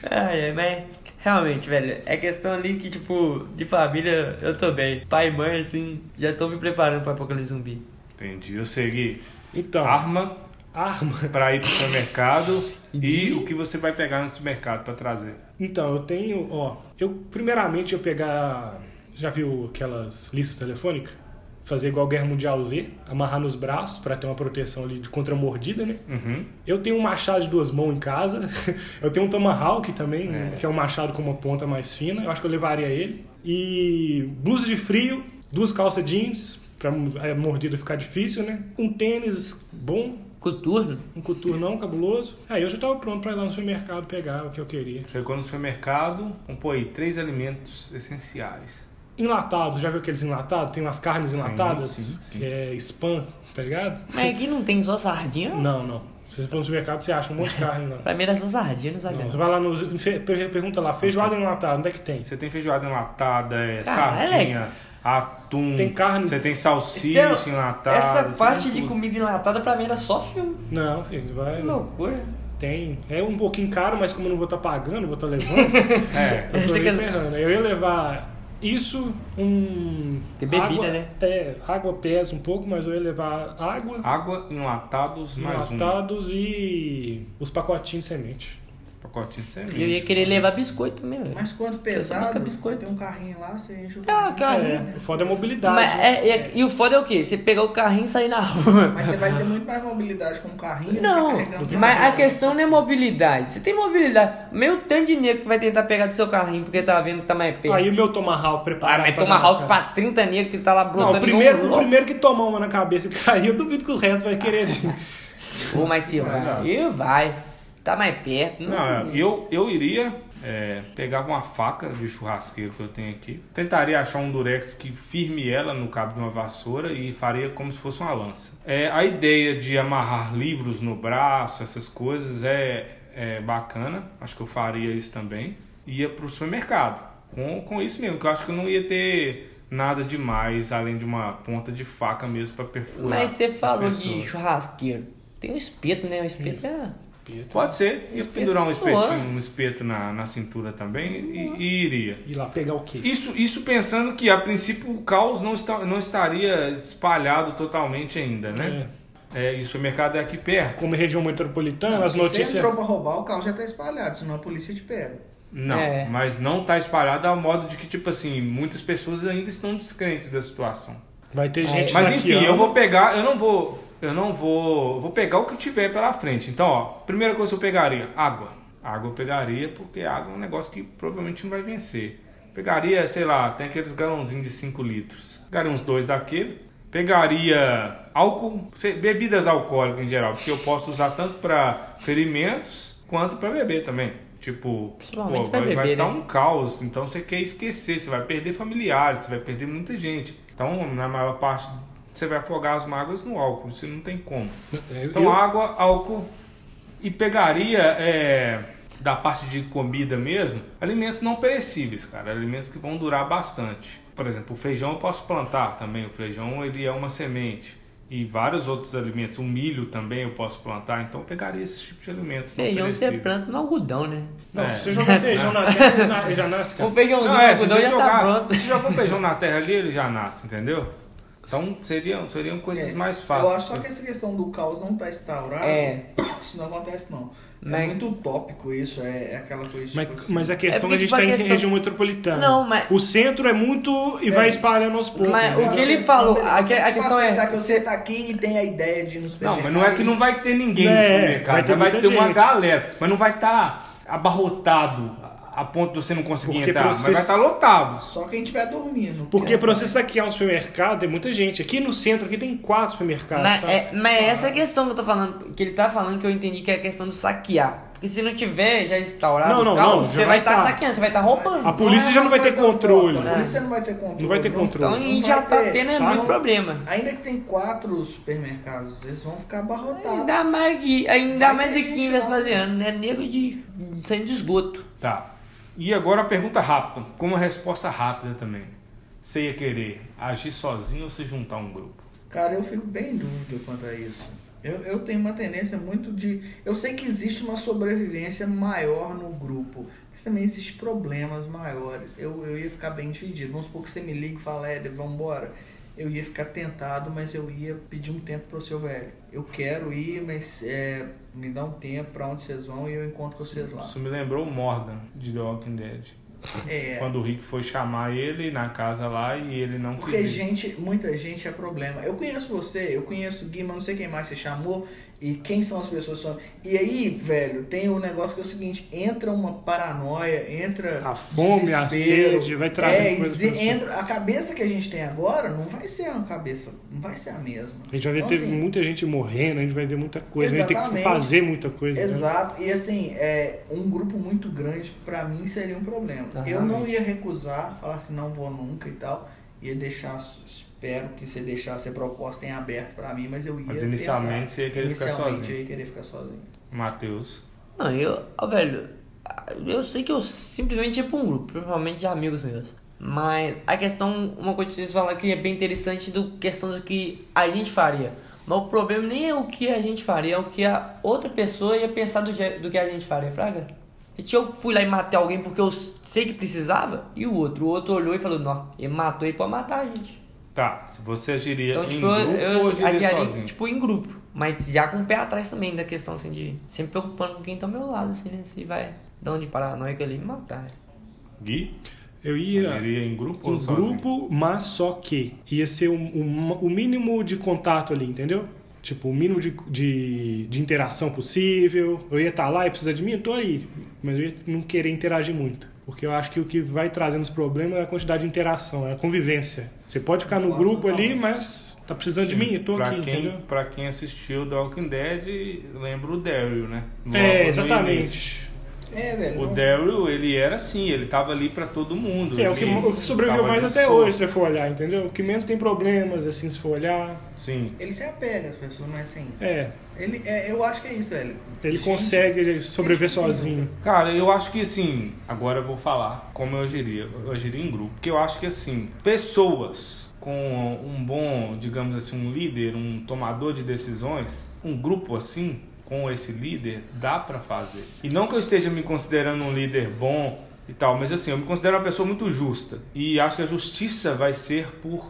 G: Ai, ai, mas realmente, velho, é questão ali que, tipo, de família eu tô bem. Pai e mãe, assim, já estão me preparando pra apocalipse zumbi.
A: Entendi. Eu segui
F: Então,
A: arma
F: arma.
A: pra ir pro supermercado
G: Uhum.
A: e o que você vai pegar no supermercado pra trazer.
F: Então, eu tenho, ó. Eu, primeiramente, eu pegar. Já viu aquelas listas telefônicas? Fazer igual Guerra Mundial Z, amarrar nos braços pra ter uma proteção ali de contra a mordida, né?
A: Uhum.
F: Eu tenho um machado de duas mãos em casa. Eu tenho um tomahawk também, um- que é um machado com uma ponta mais fina. Eu acho que eu levaria ele. E blusa de frio, duas calças jeans, pra a mordida ficar difícil, né? Um tênis bom,
G: Coturno?
F: um coturnão cabuloso. Aí eu já tava pronto pra ir lá no supermercado pegar o que eu queria.
A: Chegou no supermercado, comprou aí três alimentos essenciais.
F: Enlatado, já viu aqueles enlatados? Tem umas carnes enlatadas,
A: sim, sim.
F: que é spam, tá ligado?
G: Mas aqui não tem só sardinha?
F: Não, não. Se você for no supermercado, você acha um monte de carne, não.
G: Pra mim era só sardinha, não sabia.
F: Não, Você vai lá, nos, fe- pergunta lá, feijoada enlatada, onde é que tem?
A: Você tem feijoada enlatada, é,
G: Caralho,
A: sardinha, atum.
F: Tem carne.
A: Você tem
G: Esse era-
A: salsicha enlatada.
G: Essa
A: você
G: parte
A: tem
G: de
A: tudo.
G: comida enlatada pra mim era só filme.
F: Não, filho, vai.
G: Que loucura.
F: Tem. É um pouquinho caro, mas como eu não vou estar pagando, vou estar levando.
A: É.
F: eu tô
G: Você
F: me
G: quer-
F: ferrando. Eu ia levar isso, um.
G: Tem bebida,
F: água-
G: né?
F: É, água pesa um pouco, mas eu ia levar água,
A: Água, enlatados, Ah, mais
F: enlatados e os pacotinhos de semente.
A: um. Pacotinho de semente.
G: Eu ia querer levar biscoito também, velho.
E: Mas quanto
G: só buscar
E: pesado,
G: biscoito.
E: tem um carrinho lá, você enche o
G: Ah,
E: carrinho.
G: carrinho.
F: É, o foda é a mobilidade.
G: Mas
F: né?
G: é, é- e o foda é o quê? Você pegar o carrinho e sair na rua.
E: Mas você vai ter muito mais mobilidade com o carrinho.
G: Não,
E: fica carregando
G: mas a
E: tudo.
G: questão não é mobilidade. Você tem mobilidade. Meio tanto de negro que vai tentar pegar do seu carrinho porque tá vendo que tá mais perto.
F: Aí o meu Tomahawk
G: ah,
F: preparado.
G: mas
F: pra
G: toma Hulk
F: dar-
G: pra 30 negros que tá lá
F: Não,
G: brotando.
F: o
G: igual um
F: primeiro, o
G: louco.
F: primeiro que tomar uma na cabeça que cair, eu duvido que o resto vai querer.
G: Ô, mas se vai. E vai. Tá mais perto. Não,
A: Não, eu, eu iria, é, pegava uma faca de churrasqueiro que eu tenho aqui, tentaria achar um durex que firme ela no cabo de uma vassoura e faria como se fosse uma lança. É, a ideia de amarrar livros no braço, essas coisas, é, é bacana, acho que eu faria isso também. Ia pro supermercado com, com isso mesmo, que eu acho que eu não ia ter nada demais além de uma ponta de faca mesmo pra perfurar.
G: mas você
A: ah, as
G: falou de
A: pessoas.
G: churrasqueiro. Tem um espeto, né? O espeto é.
A: Pode ser, ia
G: Espeto.
A: pendurar um
G: Boa.
A: espetinho, um espeto na, na cintura também e- e iria.
F: E lá pegar o quê?
A: Isso, isso pensando que a princípio o caos não, está, não estaria espalhado totalmente ainda, né? É. e o supermercado é aqui perto?
F: Como é região metropolitana, as
G: é
E: Você
F: notícias.
E: entrou pra roubar, o carro já tá espalhado, senão a polícia te pega.
A: Não,
G: É.
A: mas não está espalhado ao modo de que, tipo assim, muitas pessoas ainda estão descrentes da situação.
F: Vai
G: É,
F: ter gente
A: Mas enfim,
F: saqueando.
A: eu vou pegar, eu não vou, eu não vou, eu vou pegar o que tiver pela frente. Então, ó, primeira coisa que eu pegaria, água. Água eu pegaria porque água é um negócio que provavelmente não vai vencer. Pegaria, sei lá, tem aqueles galãozinhos de 5 litros. Pegaria uns dois daquele. Pegaria álcool, sei- bebidas alcoólicas em geral, porque eu posso usar tanto para ferimentos quanto para beber também. Tipo,
G: Principalmente pra
A: vai, vai
G: beber,
A: dar
G: né?
A: um um caos, então você quer esquecer, você vai perder familiares, você vai perder muita gente. Então, na maior parte, você vai afogar as mágoas no álcool, isso não tem como.
F: É,
A: Então,
F: eu-
A: água, álcool e pegaria é, da parte de comida mesmo, alimentos não perecíveis, cara, alimentos que vão durar bastante. Por exemplo, o feijão eu posso plantar também, o feijão ele é uma semente. E vários outros alimentos. O milho também eu posso plantar, então eu pegaria esse tipo de alimentos. não
G: Feijão você
A: perecíveis.
G: planta no algodão, né?
H: Não,
A: É.
H: se você jogar feijão na terra, ele na- ele já nasce, cara.
G: O feijãozinho
A: Não,
G: no
A: é, se
G: algodão
A: você
G: já tá
A: jogar,
G: pronto.
A: se jogar o feijão na terra ali, ele já nasce, entendeu? Então seriam, seriam coisas
E: É,
A: mais
E: Eu acho só
A: fáceis.
E: que essa questão do caos não tá instaurado.
G: É.
E: Isso não acontece, não. É
G: Né?
E: muito utópico isso, é, é aquela coisa tipo
F: Mas,
E: assim.
F: mas a questão é,
G: porque,
F: que a gente
G: tipo, a
F: tá em
G: questão-
F: região metropolitana.
G: Não, mas-
F: O centro é muito e vai espalhando aos poucos.
G: Mas
F: né?
G: o que ele falou, a, que-
E: Te
G: a
E: faz
G: questão é.
E: pensar que você tá aqui e tem a ideia de ir no
A: Não,
E: supermercado.
A: mas não é que não vai ter ninguém no
F: É,
A: supermercado,
F: vai
A: vai
F: ter
A: ter, vai
F: muita
A: ter uma
F: gente.
A: galera, mas não vai estar abarrotado a ponto de você não conseguir
F: Porque
A: entrar, mas
F: process-
A: vai estar lotado.
E: Só quem estiver dormindo.
F: Porque pra você saquear um supermercado, tem muita gente. Aqui no centro, aqui tem quatro supermercados,
G: Mas
F: sabe?
G: é, mas é
F: Ah.
G: essa questão que eu tô falando, que ele tá falando que eu entendi que é a questão do saquear. Porque se não tiver já instaurado
F: Não, não,
G: o caos,
F: não, já
G: você
F: vai
G: vai estar
F: tá.
G: saqueando, você vai estar
F: A
G: roubando.
F: polícia
E: é
F: já não
E: uma
F: vai ter
E: coisa
F: controle.
E: utópica, A polícia não vai ter controle.
F: Não vai ter
G: Então a
F: controle.
G: gente
E: Não
G: já
E: vai
G: tá
E: ter,
G: tendo
F: sabe?
G: muito problema.
E: Ainda que tem quatro supermercados, eles vão ficar abarrotados.
G: Ainda mais que, ainda
E: Vai
G: mais
E: ter
G: aqui
E: Tá. gente
G: em
E: lá.
G: Vespasiano, né? Nego de saindo de esgoto.
A: Tá. E agora a pergunta rápida, com uma resposta rápida também. Você ia querer agir sozinho ou se juntar a um grupo?
E: Cara, eu fico bem em dúvida quanto a isso. Eu, eu tenho uma tendência muito de. Eu sei que existe uma sobrevivência maior no grupo, mas também existem problemas maiores. Eu, eu ia ficar bem dividido. Vamos supor que você me liga e fala, "É, Éder, vambora. Eu ia ficar tentado, mas eu ia pedir um tempo pro seu velho. Eu quero ir, mas é, me dá um tempo pra onde vocês vão e eu encontro vocês lá.
A: Isso me lembrou o Morgan de The Walking Dead.
E: É.
A: Quando o Rick foi chamar ele na casa lá e ele não
E: Porque
A: quis. ir.
E: gente, muita gente é problema. Eu conheço você, eu conheço o Gui, mas não sei quem mais você chamou e quem são as pessoas que são. E aí, velho, tem um negócio que é o seguinte, entra uma paranoia, entra
F: A fome, a
E: desespero.
F: sede, vai trazendo
E: é,
F: coisas
E: e
F: pra
E: entra, a cabeça que a gente tem agora não vai ser uma cabeça, não vai ser a mesma.
F: A gente vai ver
E: Então,
F: teve
E: assim,
F: muita gente morrendo, a gente vai ver muita coisa, a gente vai ter
E: Exatamente.
F: que fazer muita
A: é.
F: coisa. né?
E: Exato, e assim, é, um grupo muito grande pra mim seria um problema.
A: Tá,
G: Aham.
E: Eu não ia recusar, falar assim, não vou nunca e tal, ia deixar, espero que você deixasse a proposta em aberto pra mim, mas eu ia.
A: Mas inicialmente você ia querer ficar
E: Inicialmente
A: sozinho.
E: eu ia querer ficar sozinho.
A: Matheus.
G: Não, eu, ó, velho, eu sei que eu simplesmente ia pra um grupo, principalmente de amigos meus. Mas a questão, uma coisa que vocês falaram que é bem interessante do questão do que a gente faria. Mas o problema nem é o que a gente faria, é o que a outra pessoa ia pensar do, je- do que a gente faria, fraga. Se eu fui lá e matei alguém porque eu sei que precisava, e o outro, o outro olhou e falou, não, ele matou, ele pode matar a gente.
A: Tá, se você agiria
G: Então,
A: em
G: tipo,
A: grupo
G: eu,
A: ou
G: eu
A: agiria
G: agiria,
A: sozinho?
G: tipo, em grupo. Mas já com o pé atrás também da questão, assim, de... Sempre preocupando com quem tá ao meu lado, assim, né? Se vai dar onde é paranoico ali me matar.
A: Gui,
F: Eu ia
A: agiria em grupo
F: em
A: ou sozinho?
F: grupo, mas só que ia ser o um, o mínimo de contato ali, entendeu? Tipo, o mínimo de, de, de interação possível. Eu ia estar lá e precisa de mim, eu tô aí. Mas eu ia não querer interagir muito. Porque eu acho que o que vai trazendo os problemas é a quantidade de interação, é a convivência. Você pode ficar no grupo ali, mas tá precisando de mim, eu tô
A: pra
F: aqui,
A: quem,
F: entendeu?
A: Pra quem assistiu The Walking Dead, lembra o Daryl, né? Logo
F: É,
A: no início.
F: exatamente.
E: É, velho.
A: O
E: não-
A: Daryl, ele era assim, ele tava ali pra todo mundo.
F: É o que,
A: ele
F: o que sobreviveu
A: tava
F: mais até
A: disposto.
F: hoje, se você for olhar, entendeu? O que menos tem problemas, assim, se for olhar.
A: Sim.
E: Ele se apega às pessoas, mas assim.
F: É,
E: Ele, é, eu acho que é isso, velho.
F: ele
E: Gente,
F: consegue sobreviver sozinho.
A: Cara, eu acho que assim, agora eu vou falar como eu agiria. Eu agiria em grupo, porque eu acho que assim, pessoas com um bom, digamos assim, um líder, um tomador de decisões, um grupo assim, com esse líder, dá pra fazer. E não que eu esteja me considerando um líder bom e tal, mas assim, eu me considero uma pessoa muito justa. E acho que a justiça vai ser por,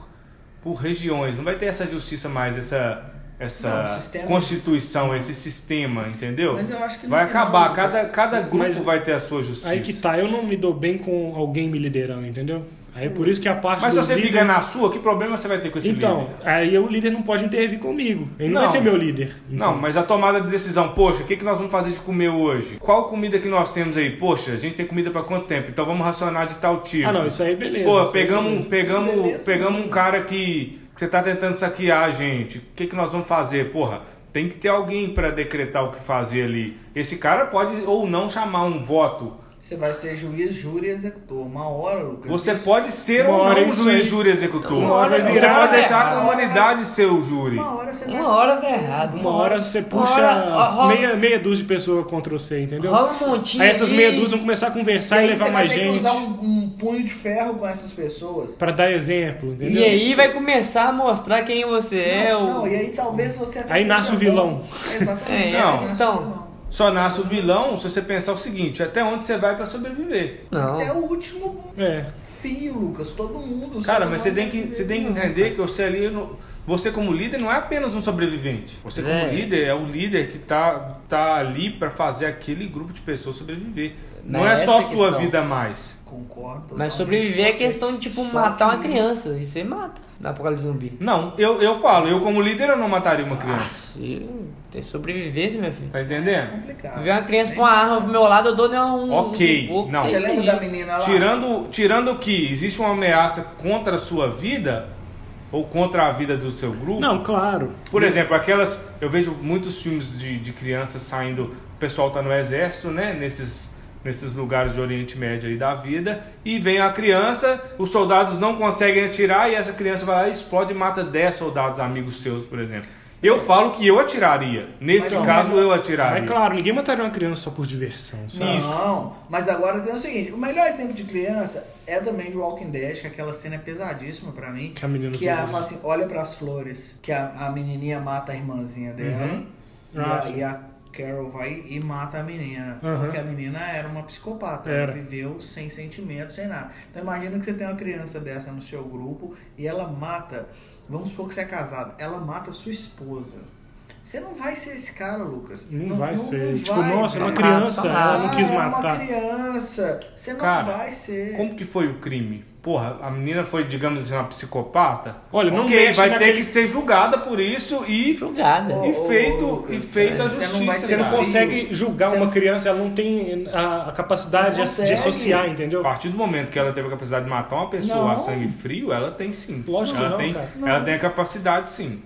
A: por regiões. Não vai ter essa justiça mais, essa. Essa
E: Não, o sistema-
A: constituição, esse sistema, entendeu?
E: Mas eu acho que no
A: vai
E: final
A: acabar.
E: das-
A: Cada, cada grupo
F: Mas-
A: vai ter a sua justiça.
F: Aí que tá, eu não me dou bem com alguém me liderando, entendeu? Aí é por isso que a parte
A: Mas se
F: dos
A: você
F: líderes-
A: liga na sua, que problema você vai ter com esse
F: Então,
A: líder?
F: aí o líder não pode intervir comigo. Ele não,
A: Não.
F: vai ser meu líder.
A: Não, mas a tomada de decisão, poxa, o que, que nós vamos fazer de comer hoje? Qual comida que nós temos aí? Poxa, a gente tem comida pra quanto tempo? Então vamos racionar de tal tipo.
F: Ah, não, isso aí beleza.
A: Pô,
F: Isso aí é
A: pegamos, um,
F: beleza.
A: pegamos,
E: Beleza.
A: pegamos um cara que, que você tá tentando saquear a gente. O que, que nós vamos fazer? Porra, tem que ter alguém pra decretar o que fazer ali. Esse cara pode ou não chamar um voto.
E: Você vai ser juiz, júri e executor. Uma hora, Lucas.
A: Você
E: isso-
A: pode ser
F: Uma
A: ou
F: hora
A: não
F: isso
A: juiz,
F: aí-
A: júri executor.
G: Uma hora
A: você
F: virar-
A: pode deixar
E: uma
A: a
E: hora-
A: humanidade ser o júri.
E: Uma hora você vai.
G: Uma hora tá errado.
F: Uma hora você
G: uma
F: puxa
G: hora- ó, rola-
F: meia, meia dúzia de pessoas contra você, entendeu?
G: Rola um montinho
F: Aí essas
G: ali.
F: meia dúzia vão começar a conversar e,
E: aí
F: levar
E: você vai
F: mais
E: ter que
F: gente.
E: usar um, um punho de ferro com essas pessoas.
F: Pra dar exemplo,
G: E
F: entendeu?
G: aí vai começar a mostrar quem você é.
E: não,
G: o-
E: não, e aí talvez você até
F: Aí
E: seja
F: nasce o
E: bom.
F: vilão.
E: Exatamente.
G: É,
E: Nasce o
G: então.
E: vilão.
A: Só nasce o vilão se você pensar o seguinte: até onde você vai pra sobreviver?
G: Não.
E: É o último
F: É.
E: fio, Lucas. Todo mundo.
A: Cara,
E: sabe?
A: mas você tem que, você tem que entender que você ali, no- você como líder não é apenas um sobrevivente. Você como
G: É.
A: líder é o líder que tá, tá ali pra fazer aquele grupo de pessoas sobreviver. Não,
G: Não,
A: é
G: essa
A: só
G: é
A: a
G: a
A: sua
G: questão.
A: vida a mais.
E: Concordo.
G: Mas
E: totalmente
G: sobreviver é
E: com
G: questão de, tipo,
E: Só
G: matar uma
E: que-
G: criança. E você mata na apocalipse zumbi.
A: Não, eu, eu falo, eu como líder eu não mataria uma criança.
G: Se- Tem sobrevivência, meu filho.
A: Tá entendendo?
E: é Complicado.
G: Viver uma criança
E: Né?
G: com uma arma pro meu lado, eu dou né, um.
A: Ok,
G: um pouco,
A: não.
G: é
E: Você
G: isso
E: lembra
G: aí.
E: da menina lá?
A: Tirando, tirando que existe uma ameaça contra a sua vida ou contra a vida do seu grupo.
F: Não, claro.
A: Por exemplo, aquelas. Eu vejo muitos filmes de, de crianças saindo. O pessoal tá no exército, né? Nesses, nesses lugares do Oriente Médio aí da vida. E vem a criança, os soldados não conseguem atirar e essa criança vai lá e explode e mata 10 soldados, amigos seus, por exemplo. Eu falo que eu atiraria. Nesse
E: Mas,
A: caso,
E: mas-
A: eu atiraria.
F: É claro, ninguém mataria uma criança só por diversão. sabe?
A: Isso.
E: Não, mas agora tem o seguinte: o melhor exemplo de criança é também de Walking Dead, que aquela cena é pesadíssima pra mim.
F: Que a menina
E: que a,
F: pegou.
E: fala assim, olha pras flores, que a, a menininha mata a irmãzinha dela.
A: Uhum.
E: E,
F: Ah,
E: a,
F: sim.
E: e a Carol vai e mata a menina. né?
F: Uhum.
E: Porque a menina era uma psicopata.
F: Era.
E: Ela viveu sem sentimento, sem nada. Então imagina que você tem uma criança dessa no seu grupo e ela mata. Vamos supor que você é casado, ela mata a sua esposa. Você não vai ser esse cara, Lucas.
F: Não, vai ser.
E: não
F: tipo,
E: vai,
F: nossa, é uma
E: cara.
F: criança,
G: Ah,
F: ela não
E: Ah,
F: quis
E: é uma
F: matar.
E: criança. Você não
A: Cara,
E: vai ser.
A: Como que foi o crime? Porra, a menina foi, digamos assim, uma psicopata?
F: Olha, não
A: Ok,
F: mexe
A: vai ter
F: naquele-
A: que ser julgada por isso e
G: Julgada.
E: Ô,
A: E
E: ô,
A: feito-
E: ô,
A: e
E: Lucas, é,
A: feito a
E: você não
A: justiça,
E: vai
F: Você
E: ser
F: não
A: Cara,
E: filho.
F: consegue julgar
E: Você
F: uma
E: não-
F: criança, ela não tem a, a capacidade
E: Não
F: de se- de
E: consegue.
F: associar, entendeu?
A: A partir do momento que ela teve a capacidade de matar uma pessoa
E: Não.
A: a sangue frio, ela tem sim.
F: Lógico que
A: ela
F: não,
A: tem,
F: cara.
A: Ela tem a capacidade sim.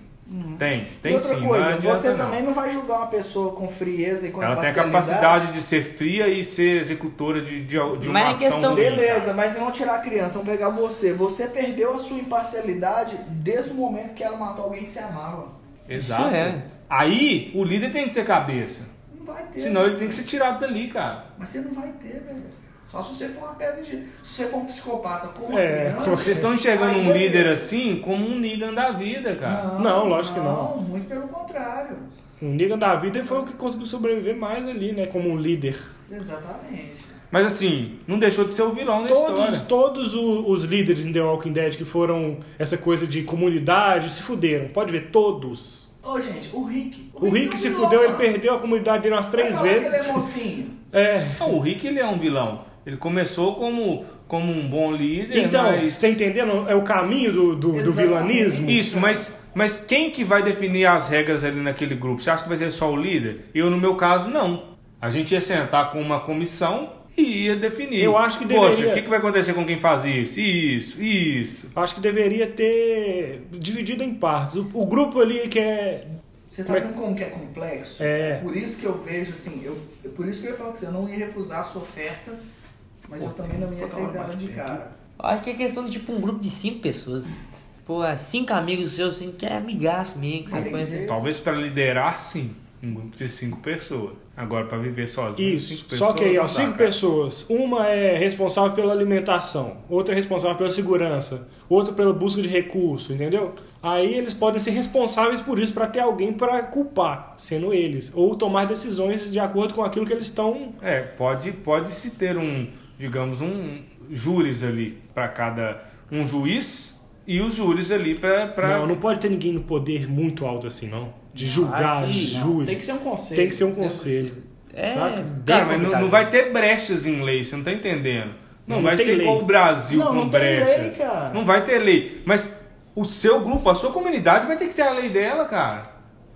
A: Tem,
E: e
A: tem
E: outra
A: sim.
E: coisa,
A: não adianta,
E: você
A: não.
E: também não vai julgar uma pessoa com frieza e com
A: Ela tem a
E: imparcialidade.
A: capacidade de ser fria e ser executora de, de, de uma
G: Mas é
A: ação
G: questão-
A: ruim, cara.
E: Beleza, mas vão tirar a criança, vão pegar você. Você perdeu a sua imparcialidade desde o momento que ela matou alguém que se amava.
A: Exato.
G: Isso é.
A: Aí o líder tem que ter cabeça.
E: Não vai ter.
A: Senão ele tem que ser tirado dali, cara.
E: Mas você não vai ter, velho. Só se você for uma pedra de... Se você for um psicopata como uma
F: É,
E: criança...
A: Vocês estão enxergando
E: aí
A: um
E: beleza.
A: líder assim como um Negan da vida, cara.
E: Ah.
F: Não, lógico que não.
E: Não, muito pelo contrário.
F: O Negan da vida foi o que conseguiu sobreviver mais ali, né? Como um líder.
E: Exatamente.
A: Mas assim, não deixou de ser o vilão da
F: Todos,
A: história.
F: todos o- os líderes em The Walking Dead que foram essa coisa de comunidade se fuderam. Pode ver, todos.
E: Ô, gente, o Rick...
F: O Rick
E: é um
F: se
E: vilão,
F: fudeu, ele
E: mano.
F: perdeu a comunidade dele umas três
E: Vai falar que
F: vezes.
E: Ele é mocinho.
F: É.
A: Não, o Rick ele é um vilão. Ele começou como, como um bom líder.
F: Então,
A: mas...
F: você tá entendendo? É o caminho do, do, do
E: Exatamente.
F: vilanismo.
A: Isso, mas, mas quem que vai definir as regras ali naquele grupo? Você acha que vai ser só o líder? Eu, no meu caso, não. A gente ia sentar com uma comissão e ia definir.
F: Eu acho que
A: Poxa,
F: deveria.
A: o que, que vai acontecer com quem faz isso? Isso, isso.
F: Acho que deveria ter dividido em partes. O, o grupo ali que é.
E: Você tá
F: Como é que-
E: vendo como que é complexo?
F: É.
E: Por isso que eu vejo assim, eu, eu- por isso que eu ia falar que você não ia recusar a sua oferta, mas eu também não ia aceitar ela de cara.
G: Eu acho que é questão de tipo um grupo de cinco pessoas. Pô, é cinco amigos seus, assim, que é amigaço mesmo, que você
E: Mas
G: conhece.
E: ele-
A: Talvez para liderar, sim. Um grupo de cinco pessoas. Agora, para viver sozinho,
F: Isso.
A: cinco pessoas.
F: Só que aí,
A: não
F: ó,
A: dá,
F: cinco
A: cara.
F: pessoas. Uma é responsável pela alimentação, outra é responsável pela segurança, outra pela busca de recurso, entendeu? Aí eles podem ser responsáveis por isso pra ter alguém pra culpar, sendo eles, ou tomar decisões de acordo com aquilo que eles estão.
A: É, pode, pode se ter um, digamos, um júris ali para cada. Um juiz e os júris ali para. Pra...
F: Não, não pode ter ninguém no poder muito alto assim, não. De julgar,
G: aqui,
F: júri.
G: não.
E: Tem que ser um conselho.
F: Tem que ser um conselho.
G: É,
F: Saca?
G: bem
A: Cara, mas não,
G: complicado.
A: não vai ter brechas em lei, você não tá entendendo. Não,
F: Não
A: vai
F: tem
A: ser igual
F: lei.
A: o Brasil
E: Não,
A: com
E: não tem
A: brechas.
E: lei, cara.
A: Não vai ter lei. Mas o seu grupo, a sua comunidade vai ter que ter a lei dela, cara.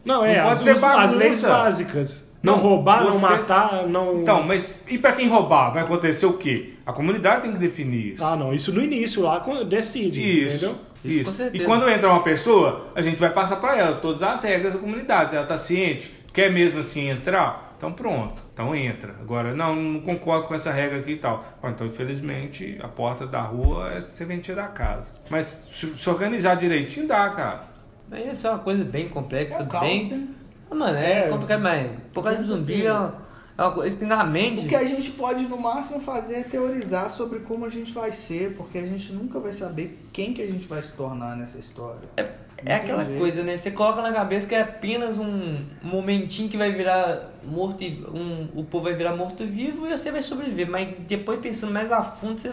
F: Não, é,
A: Não pode
F: as,
A: ser
F: as
A: bagunça.
F: leis básicas. Não,
A: Não,
F: roubar,
A: você-
F: não matar, não.
A: Então, mas e pra quem roubar? Vai acontecer o quê? A comunidade tem que definir isso.
F: Ah, não, isso no início lá quando decide,
A: Isso.
F: entendeu?
G: Isso,
A: Isso.
G: com
A: E
G: certeza.
A: quando entra uma pessoa, a gente vai passar pra ela todas as regras da comunidade. Ela tá ciente, quer mesmo assim entrar, então pronto, então entra. Agora, não, não concordo com essa regra aqui e tal. Ó, então, infelizmente, a porta da rua é serventia da casa. Mas se, se organizar direitinho dá, cara.
G: Mas isso é uma coisa bem complexa,
E: É um caos,
G: bem.
E: né?
G: Ah, mano, é,
F: É.
G: complicado, mas. Por causa do zumbi,
E: Sim.
G: ó. É uma coisa que na mente.
E: O que a gente pode no máximo fazer é teorizar sobre como a gente vai ser, porque a gente nunca vai saber quem que a gente vai se tornar nessa história.
G: É aquela coisa, né? Você coloca na cabeça que é apenas um momentinho que vai virar morto e um, o povo vai virar morto-vivo e você vai sobreviver. Mas depois pensando mais a fundo, você,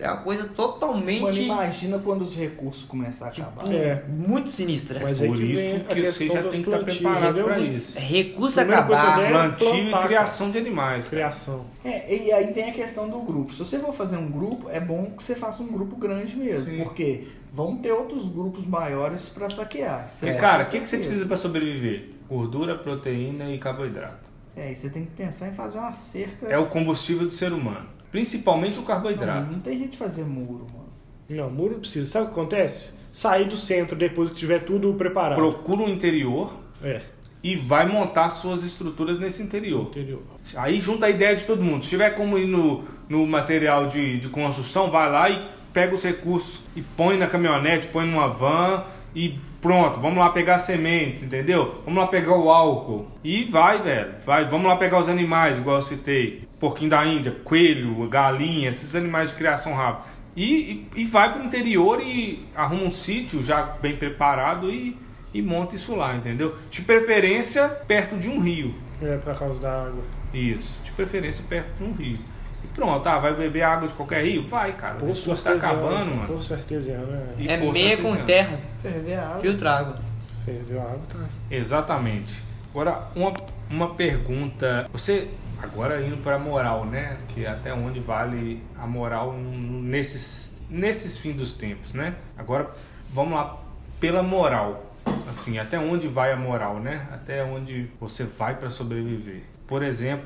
G: é uma coisa
E: Quando
G: totalmente
E: imagina quando os recursos começarem a
G: Tipo,
E: acabar.
F: É.
G: muito sinistra.
F: Mas aí
A: Por
F: que vem
A: isso
F: a
A: que você
F: questão
A: já
F: dos
A: tem que estar
F: plantios,
A: preparado
F: entendeu?
A: para
F: Os-
A: isso.
G: Recurso
F: Primeira coisa,
G: acabar.
F: Zé,
A: Plantio e
F: plantar,
A: criação de animais. cara.
F: Criação.
E: É, e aí vem a questão do grupo. Se você for fazer um grupo, é bom que você faça um grupo grande mesmo, porque vão ter outros grupos maiores pra saquear. Isso
A: Porque,
E: é
A: cara, o
E: com
A: que, que você
E: certeza.
A: precisa para sobreviver? Gordura, proteína e carboidrato.
E: É, e você tem que pensar em fazer uma cerca.
A: É o combustível do ser humano. Principalmente o
E: não,
A: carboidrato.
E: não tem jeito de fazer muro, mano.
F: Não, muro não precisa. Sabe o que acontece? Sair do centro depois que tiver tudo preparado.
A: Procura o interior
F: É,
A: e vai montar suas estruturas nesse interior.
F: interior.
A: Aí junta a ideia de todo mundo. Se tiver como ir no, no material de, de construção, vai lá e pega os recursos e põe na caminhonete, põe numa van e pronto, vamos lá pegar sementes, entendeu? Vamos lá pegar o álcool. E vai, velho. Vai, vamos lá pegar os animais, igual eu citei. Porquinho da Índia, coelho, galinha, esses animais de criação rápida. E, e, e vai pro interior e arruma um sítio já bem preparado e, e monta isso lá, entendeu? De preferência perto de um rio.
F: É, pra causa da água.
A: Isso, de preferência perto de um rio. E pronto, ah, vai beber água de qualquer rio? Vai, cara. O
F: Poço
A: recurso tá
F: artesiano. né?
A: acabando, mano.
F: Poço artesiano, é.
A: E
G: É
A: poço
G: meia com
A: artesiano.
G: terra,
E: Ferver a água.
G: filtra água.
F: Perdeu a água, tá.
A: Exatamente. Agora, uma, uma pergunta. Você, agora indo para a moral, né? Que até onde vale a moral n- nesses, nesses fins dos tempos, né? Agora, vamos lá, pela moral. Assim, até onde vai a moral, né? Até onde você vai para sobreviver. Por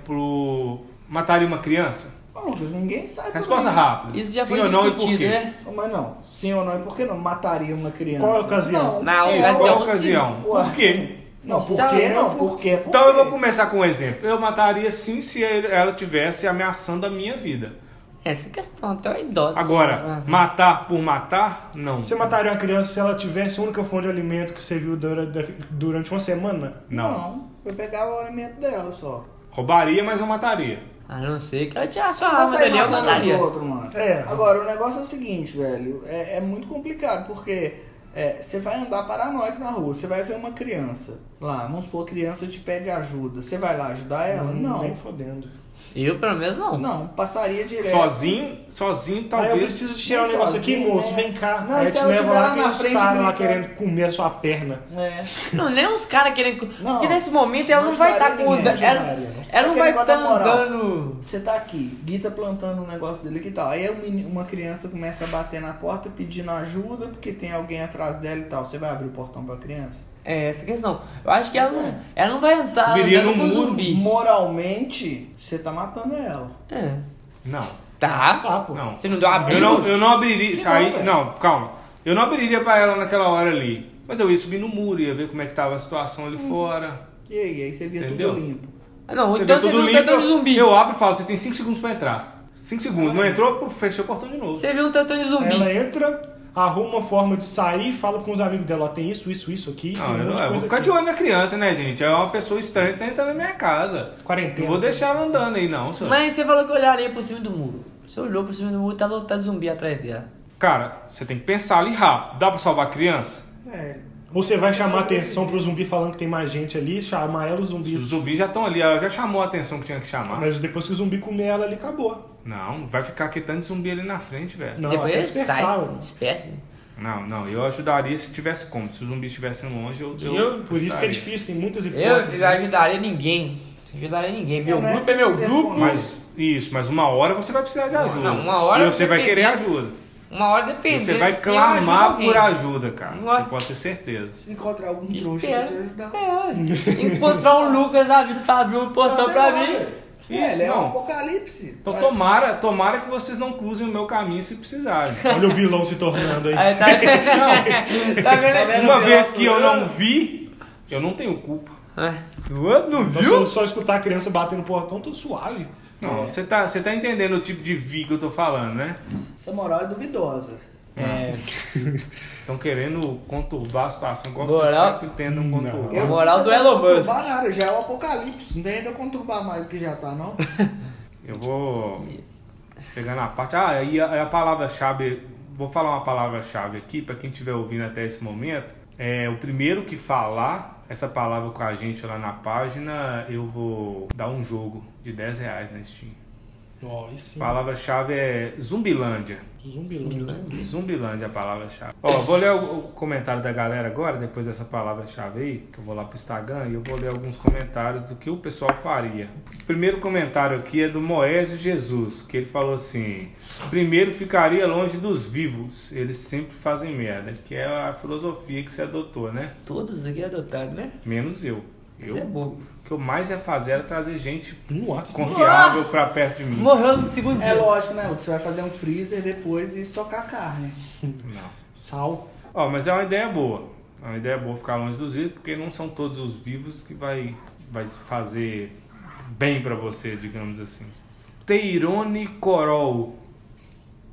A: exemplo, mataria uma criança?
E: Bom, Lucas, ninguém sabe.
A: Resposta
E: também.
A: rápida.
G: Isso já
A: Sim
G: foi
A: ou não e por
G: discutido,
A: quê?
G: né?
E: Mas não, sim ou não, e por que não? Mataria uma criança?
F: Qual a ocasião?
E: Não,
G: Na
E: É,
A: Qual a
G: ocasião,
A: ocasião?
E: Ué.
A: Por quê?
E: Não, por
G: Sabe,
E: que não? é
G: não,
E: Por quê? Por
A: Então eu vou
E: quê?
A: começar com um exemplo. Eu mataria sim se ela tivesse ameaçando a minha vida.
G: É, Essa questão, até o idoso. Ah,
A: Agora, matar por matar, não.
F: Você mataria uma criança se ela tivesse a única fonte de alimento que você viu dura- durante uma semana?
A: Não.
E: Não, eu pegava o alimento dela só.
A: Roubaria, mas eu mataria.
G: A não ser que ela tirasse sua
E: Pra
G: arma
E: sair
G: dali, eu
E: matando os
G: mataria.
E: outros, mano.
F: É.
E: Agora, o negócio é o seguinte, velho. É, é muito complicado, porque é, você vai andar paranoico na rua, você vai ver uma criança lá, vamos supor, a criança te pede ajuda. Você vai lá ajudar ela?
F: Hum, Nem
E: não.
F: fodendo.
G: Eu, pelo menos, não.
E: Não, passaria direto.
A: Sozinho, sozinho
F: É. Aí eu
A: talvez.
F: preciso tirar um
E: Nem
F: negócio aqui,
E: sozinho,
F: moço.
E: né?
F: Vem cá.
E: Não,
F: Aí
E: se
F: eu te
E: ela
F: levo
E: tiver
F: lá
E: lá
F: que
E: na
F: os
E: frente
F: caras lá
E: gritando.
F: querendo comer a sua perna.
E: É.
G: Não, nem uns caras querendo.
E: Não.
G: Porque nesse momento Então ela
E: Não
G: não, vai estar
E: ajudaria
G: com.
E: ninguém,
G: ela-
F: ajudaria, não.
G: ela, não
E: Aquele
G: vai estar
E: negócio da moral.
G: andando.
E: Você tá aqui, Guita plantando um negócio dele que tal. Aí um meni- uma criança começa a bater na porta pedindo ajuda porque tem alguém atrás dela e tal. Você vai abrir o portão pra criança?
G: É essa a questão. Eu acho que ela
E: É.
G: não, ela não vai entrar
A: Subiria
G: andando
A: num
G: com
A: muro.
G: zumbi.
E: Moralmente, você tá matando ela.
G: É.
A: Não.
G: Tá.
F: Tá, pô.
A: Não.
G: Você não deu
A: Eu
G: abrigo?
A: não, eu não abriria.
E: Que
A: aí,
E: bom, velho.
A: não, calma. Eu não abriria pra ela naquela hora ali. Mas eu ia subir no muro, ia ver como é que tava a situação
G: Hum.
A: ali fora.
E: E aí? Aí você via
A: Entendeu?
E: tudo limpo.
G: Não, então
A: vê
G: você
A: tudo
G: viu um
A: limpo,
G: tantão de
A: eu-
G: zumbi.
A: Eu abro e falo, você tem 5 segundos pra entrar. 5 segundos. Não entrou, pô, fechei o portão de novo.
G: Você viu um tantão de zumbi.
F: Ela entra, arruma uma forma de sair, fala com os amigos dela, ó, tem isso, isso, isso aqui,
A: Não,
F: tem um
A: Ah, eu,
F: monte
A: não,
F: de
A: eu vou
F: coisa
A: ficar
F: aqui.
A: de olho na criança, né, gente? É uma pessoa estranha que tá entrando na minha casa.
F: Quarentena,
A: Não vou
F: sabe?
A: deixar ela andando aí, não, senhor.
G: Mas você falou que olharia por cima do muro. Você olhou por cima do muro, tá lotado de zumbi atrás dela.
A: Cara, você tem que pensar ali rápido. Dá pra salvar a criança?
E: É.
F: Ou você vai chamar atenção pro zumbi falando que tem mais gente ali, chamar ela os zumbis.
A: Os zumbis já estão ali, ela já chamou a atenção que tinha que chamar.
F: Mas depois que o zumbi comer ela ali, acabou.
A: Não, vai ficar aqui tanto zumbi ali na frente, velho.
F: Não,
G: Depois
F: até
G: ele
F: dispersar.
G: sai.
F: ué.
G: Dispersa.
A: Não, não, eu ajudaria se tivesse como. Se os zumbis estivessem longe, eu. eu
F: Por isso que é
A: ajudaria.
F: difícil, tem muitas
G: Eu
A: assim.
F: hipóteses.
G: não ajudaria ninguém. Não ajudaria ninguém. Meu
E: É, não é
G: grupo é meu
E: simples
G: grupo.
E: responder.
A: Mas isso, mas uma hora você vai precisar de ajuda.
G: não, uma hora
A: E você vai
G: você
A: querer
G: tem-
A: ajuda.
G: Uma hora
A: E
G: depende.
A: você vai
G: se eu ajudo
A: clamar
G: alguém.
A: por ajuda, cara.
G: Uma hora.
A: Você pode ter certeza.
E: Se encontrar algum trouxa pra
G: Espera.
E: te ajudar.
G: É, encontrar o Lucas na vida pra abrir um portão
E: Você
G: pra
E: vai,
G: mim.
E: velho.
A: Isso,
E: É, ele é
A: não.
E: um apocalipse.
A: Então
E: Vai-
A: tomara, tomara que vocês não cruzem o meu caminho se precisarem.
F: Olha o vilão se tornando aí.
G: Aí tá, tá vendo?
E: Tá vendo?
A: Uma
E: Era
A: vez Ah.
E: pior,
A: que eu
E: né?
A: não vi, eu não tenho culpa.
G: É.
A: Não
F: Então, se eu só escutar a criança bater no portão, tô suave.
A: Não, você tá, você tá entendendo o tipo de vi que eu tô falando, né?
E: Essa moral é duvidosa.
C: É,
A: Estão querendo conturbar a situação, igual
G: Moral-
A: vocês sempre tentam conturbar.
G: A moral do
E: não
G: Elon
E: vou
G: Musk.
E: conturbar nada, já é o apocalipse. Não tem ainda conturbar mais do que já tá, não.
A: Eu vou pegar na parte. Ah, e a, a palavra-chave. Vou falar uma palavra-chave aqui para quem estiver ouvindo até esse momento. É o primeiro que falar essa palavra com a gente lá na página, eu vou dar um jogo de 10 reais na Steam.
F: Ó, e sim.
A: Palavra-chave é Zumbilândia.
F: Zumbilândia.
A: Zumbilândia é a palavra-chave. Ó, vou ler o o comentário da galera agora, depois dessa palavra-chave aí, que eu vou lá pro Instagram e eu vou ler alguns comentários do que o pessoal faria. Primeiro comentário aqui é do Moésio Jesus, que ele falou assim: primeiro ficaria longe dos vivos, eles sempre fazem merda, que é a filosofia que você adotou, né?
G: Todos aqui adotaram, né?
A: Menos eu.
G: Isso é
A: Eu,
G: bobo.
A: o que eu mais ia fazer era trazer gente
F: Nossa.
A: confiável
G: Nossa!
A: pra perto de mim.
G: Morreu no segundo
E: É
G: dia.
E: lógico, né? Lu, que Você vai fazer um freezer depois e estocar carne.
A: Não.
F: Sal.
A: Ó, mas é uma ideia boa. É uma ideia boa ficar longe dos vivos, porque não são todos os vivos que vai, vai fazer bem pra você, digamos assim. Teirone Corol.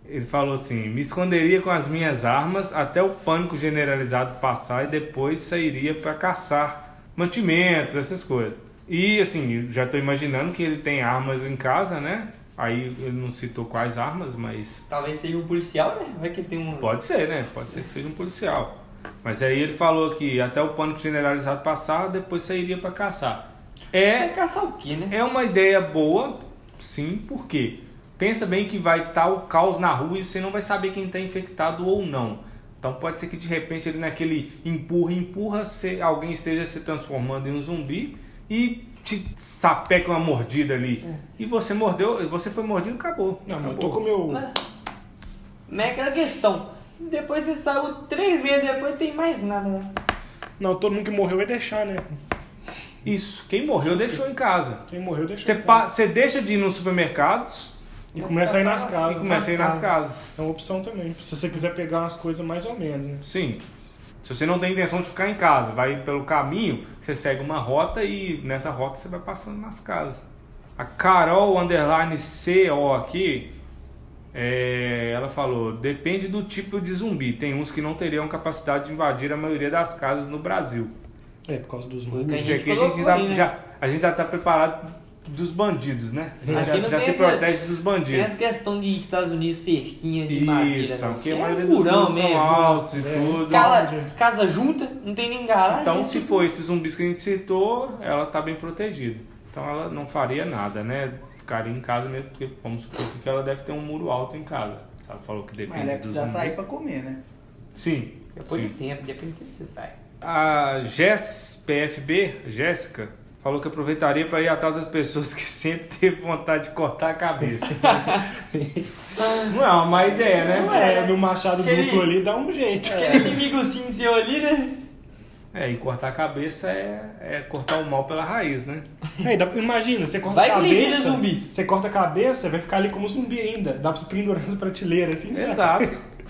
A: Ele falou assim: me esconderia com as minhas armas até o pânico generalizado passar e depois sairia pra caçar mantimentos, essas coisas. E assim, já tô imaginando que ele tem armas em casa, né? Aí ele não citou quais armas, mas
G: Talvez seja um policial, né? Vai que tem um.
A: Pode ser, né? Pode ser que seja um policial. Mas aí ele falou que até o pânico generalizado passar, depois sairia pra caçar.
G: É
A: É,
G: caçar o quê, né?
A: é uma ideia boa, sim, por quê? Pensa bem que vai estar o caos na rua e você não vai saber quem está infectado ou não. Então pode ser que de repente ele naquele empurra, empurra, se alguém esteja se transformando em um zumbi e te sapeca uma mordida ali. E você mordeu, você foi mordido, acabou.
F: Não, mas eu
A: acabou.
F: tô com o meu.
G: Mas, mas é Né? aquela questão. Depois você saiu três meses depois, tem mais nada, né?
F: Não, todo mundo que morreu vai deixar, né?
A: Isso, quem morreu deixou em casa.
F: Quem morreu deixou.
A: Você, pa- você deixa de ir nos supermercados
F: E começa a ir nas
A: e
F: casas.
A: começa a ir nas casas.
F: É uma opção também. Se você quiser pegar umas coisas mais ou menos, né?
A: Sim. Se você não tem intenção de ficar em casa, vai pelo caminho, você segue uma rota e nessa rota você vai passando nas casas. A Carol underline CO aqui, é, ela falou: depende do tipo de zumbi. Tem uns que não teriam capacidade de invadir a maioria das casas no Brasil.
F: É, por causa dos muros.
G: Tem
A: Porque
G: gente
A: aqui a
G: colocou
A: gente, tá-
G: aí, né?
A: já, a gente já tá preparado dos bandidos, né? A gente
G: Aqui
A: já
G: não
A: já
G: tem
A: se
G: essa-
A: protege dos
G: Tem
A: bandidos.
G: essa questão de Estados Unidos cerquinha de madeira.
A: Isso,
G: né?
A: porque
G: é
A: a maioria
G: um
A: dos
G: murão
A: muros
G: mesmo. É.
A: são altos e tudo.
G: Cala- casa junta, não tem nem garagem.
A: Então,
G: né?
A: se for esses zumbis que a gente citou, ela tá bem protegida. Então, ela não faria nada, né? Ficaria em casa mesmo, porque vamos supor que ela deve ter um muro alto em casa. Ela falou que
E: Mas
A: depende
E: ele vai
A: do
E: precisar
A: zumbi.
E: sair pra comer, né?
A: Sim,
G: Depois
A: sim.
G: do tempo, depois do tempo você sai.
A: A Jess PFB, Jéssica, falou que aproveitaria para ir atrás das pessoas que sempre teve vontade de cortar a cabeça. não é uma má ideia, né?
F: É, no machado
G: Aquele-
F: duplo ali dá um jeito.
G: Aquele inimigozinho seu ali, né?
A: É, e cortar a cabeça é, é cortar o mal pela raiz, né?
F: É, dá- imagina, você corta
G: Vai
F: a
G: que ele vira
F: cabeça.
G: zumbi.
F: Você corta a cabeça, vai ficar ali como zumbi ainda. Dá pra você pendurar as prateleiras assim, sabe?
A: Exato.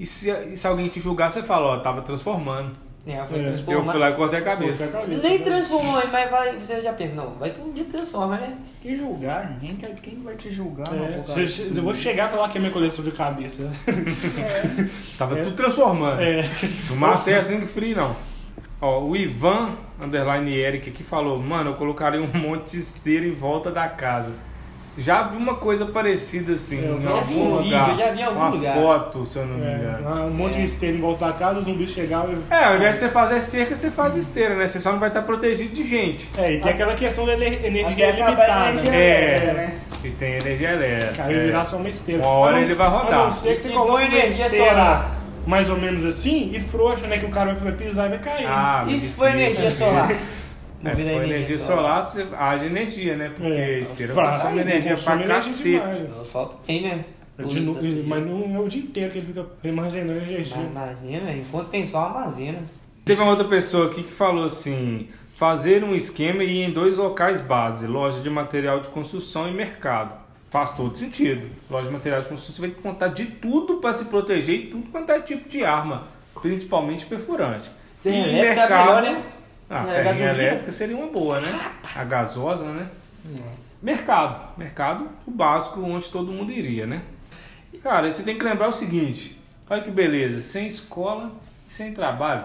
A: E se, e se alguém te julgar, você fala, ó, tava transformando.
G: É, foi
F: É,
A: Eu fui
G: transformar.
A: lá e cortei a
F: Corta a
A: cabeça.
F: cabeça.
G: Nem
F: né?
G: transformou, mas vai, você já pensa, não, vai que um dia transforma, né?
E: Que julgar, ninguém quer, quem vai te
G: Tá
E: julgar? no
F: É,
E: apocalipse?
F: se- se- eu vou chegar e falar que é minha coleção de cabeça.
A: Tava tudo transformando.
F: É.
A: Não matei assim que frio, não. Ó, o Ivan, underline Eric, aqui falou, mano, eu colocaria um monte de esteira em volta da casa. Já vi uma coisa parecida assim,
F: Eu
A: em
F: já
A: algum
G: vi um vídeo,
A: lugar.
G: eu já vi em algum
A: uma
G: lugar.
A: foto, se eu não me
F: É,
A: engano.
F: lá, um monte de esteira em volta da casa, os zumbis chegavam e.
A: É, ao invés de você fazer cerca, você faz esteira, né? Você só não vai estar protegido de gente.
F: É, e tem aquela questão da ener- energia
E: Até acabar
F: limitada.
E: a energia
F: né?
E: elétrica, né?
A: E tem energia elétrica.
F: Aí virar só uma esteira.
A: É. Uma hora
F: A não
A: ele
F: ser-
A: vai rodar.
F: A não ser que você
G: Se
F: coloque
G: for
F: uma
G: energia
F: esteira
G: solar.
F: mais ou menos assim e frouxa, né? Que o cara vai pisar e vai cair.
A: Ah,
G: Isso foi
A: difícil.
G: energia solar.
A: É,
G: Vira
A: se for energia solar, você haja energia, né? Porque
F: É,
A: esteira
F: pra-
A: consome energia
F: consome
A: pra cacete.
F: demais, né?
G: Não, Só tem, né?
F: É de nu- ele- mas não é o dia inteiro que ele fica armazenando energia.
G: Armazena, enquanto tem só né? armazena.
A: Teve uma outra pessoa aqui que falou assim: fazer um esquema e ir em dois locais base, loja de material de construção e mercado. Faz todo sentido. Loja de material de construção, você vai contar de tudo pra se proteger e tudo quanto é tipo de arma, principalmente perfurante.
G: Serra
A: e
G: elétrica é melhor, né?
A: Ah,
G: É,
A: serrinha
G: gasolina.
A: elétrica seria uma boa, né? A gasosa, né? Mercado. Mercado, o básico, onde todo mundo iria, né? Cara, aí você tem que lembrar o seguinte: Olha que beleza, sem escola e sem trabalho.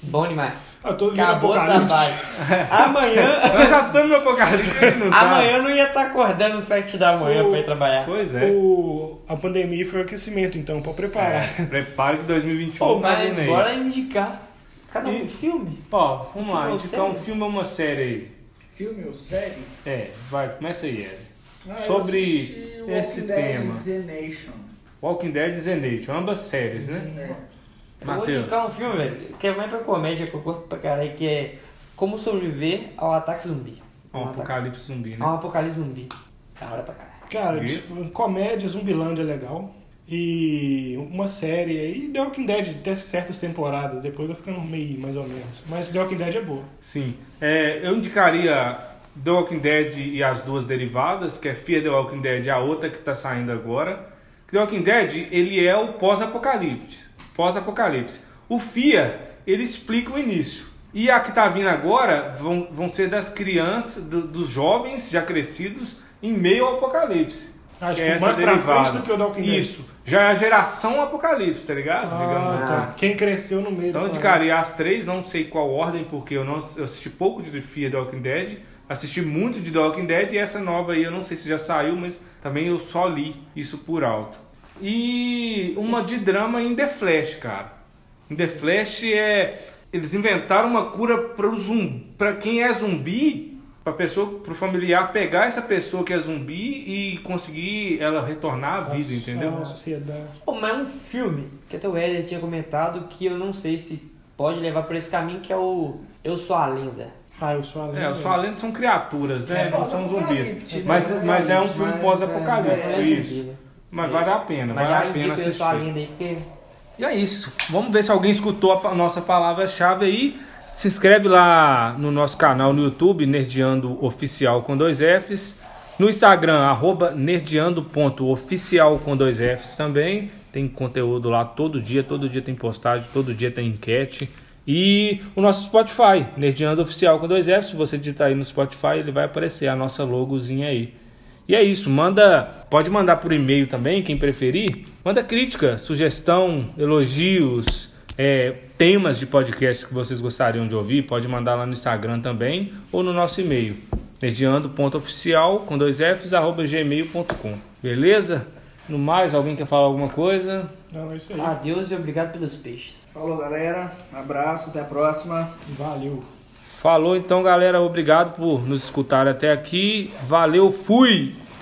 G: Bom demais.
F: Ah,
B: Eu tô vendo
G: Acabou o trabalho.
B: apocalipse.
G: Amanhã.
A: Nós já estamos no apocalipse, a gente não sabe.
G: Amanhã eu não ia estar acordando às 7 da manhã pra ir trabalhar.
A: Pois é.
B: O- a pandemia foi o aquecimento, então, pra preparar.
A: Prepare que 2021
G: Pô,
A: tá
G: mas
A: vindo aí.
G: bora indicar. Cada um
A: E-
G: um filme?
A: Ó, vamos lá,
G: Filme ou
A: indicar um
G: série?
A: filme ou uma série
E: Filme ou série?
A: aí. É, vai, começa aí, Ed.
E: Ah, eu
A: Sobre
E: assisti Walking
A: esse
E: Dead
A: tema.
E: The Nation.
A: Walking Dead e Zenate, ambas séries, né?
E: É.
G: Eu Vou
A: Matheus.
G: indicar um filme, velho, que é mais pra comédia, que eu gosto pra caralho, que é Como Sobreviver ao Ataque Zumbi.
A: Ó, Um
G: ataque-
A: apocalipse zumbi, né?
G: Ao Apocalipse Zumbi. Da hora pra caralho.
B: Cara,
A: E?
B: tipo, comédia, Zumbilândia é legal. E uma série aí, The Walking Dead, até certas temporadas, depois vai ficando meio mais ou menos. Mas The Walking Dead é boa.
A: Sim. É, eu indicaria The Walking Dead e as duas derivadas, que é Fear the Walking Dead e a outra que está saindo agora. The Walking Dead, ele é o pós-apocalipse. Pós-apocalipse. O Fear, ele explica o início. E a que está vindo agora vão, vão ser das crianças, do- dos jovens já crescidos em meio ao apocalipse.
B: Ah,
A: Que é
B: tipo, mais pra frente do que o The Walking Dead.
A: Isso. Já é a geração apocalipse, tá ligado? Digamos assim.
B: Ah, quem cresceu no meio
A: Então eu
B: do
A: indicaria as três, não sei qual ordem, porque eu não eu assisti pouco de Fear The Walking Dead, assisti muito de The Walking Dead e essa nova aí eu não sei se já saiu, mas também eu só li isso por alto. E uma de drama em The Flash, cara. Em The Flash é eles inventaram uma cura para zumbi, para quem é zumbi, para pessoa, pro familiar pegar essa pessoa que é zumbi e conseguir ela retornar à vida, entendeu?
B: A sociedade.
G: Pô, mas um filme que até o Éder tinha comentado que eu não sei se pode levar por esse caminho, que é o Eu Sou a Lenda.
B: Ah, eu sou a lenda.
A: É, os falantes são criaturas, né?
E: É
A: não são
E: pós-apocalipse,
A: zumbis.
E: né?
A: Mas, mas é um
E: Mas
A: filme
G: é-
A: pós-apocalipse,
G: é
A: isso.
G: zumbi, né?
A: Mas vale a pena,
G: Mas já
A: vale a pena
G: indica Eu Sou a
A: assistir.
G: Lenda aí, porque...
A: E é isso. Vamos ver se alguém escutou a pa- nossa palavra-chave aí. Se inscreve lá no nosso canal no YouTube, Nerdeando Oficial com dois Fs. No Instagram, arroba nerdeando.oficial com dois Fs também. Tem conteúdo lá todo dia, todo dia tem postagem, todo dia tem enquete. E o nosso Spotify, Nerdeando Oficial com dois Fs. Se você digitar aí no Spotify, ele vai aparecer a nossa logozinha aí. E é isso, manda, pode mandar por e-mail também, quem preferir. Manda crítica, sugestão, elogios, é, temas de podcast que vocês gostariam de ouvir, pode mandar lá no Instagram também ou no nosso e-mail, nerdeando.oficial com dois Fs, arroba gmail.com. Beleza? No mais, alguém quer falar alguma coisa?
B: Não, é isso aí.
G: Adeus e obrigado pelos peixes.
E: Falou, galera. Abraço, até a próxima.
B: Valeu.
A: Falou então, galera, obrigado por nos escutar até aqui. Valeu, fui!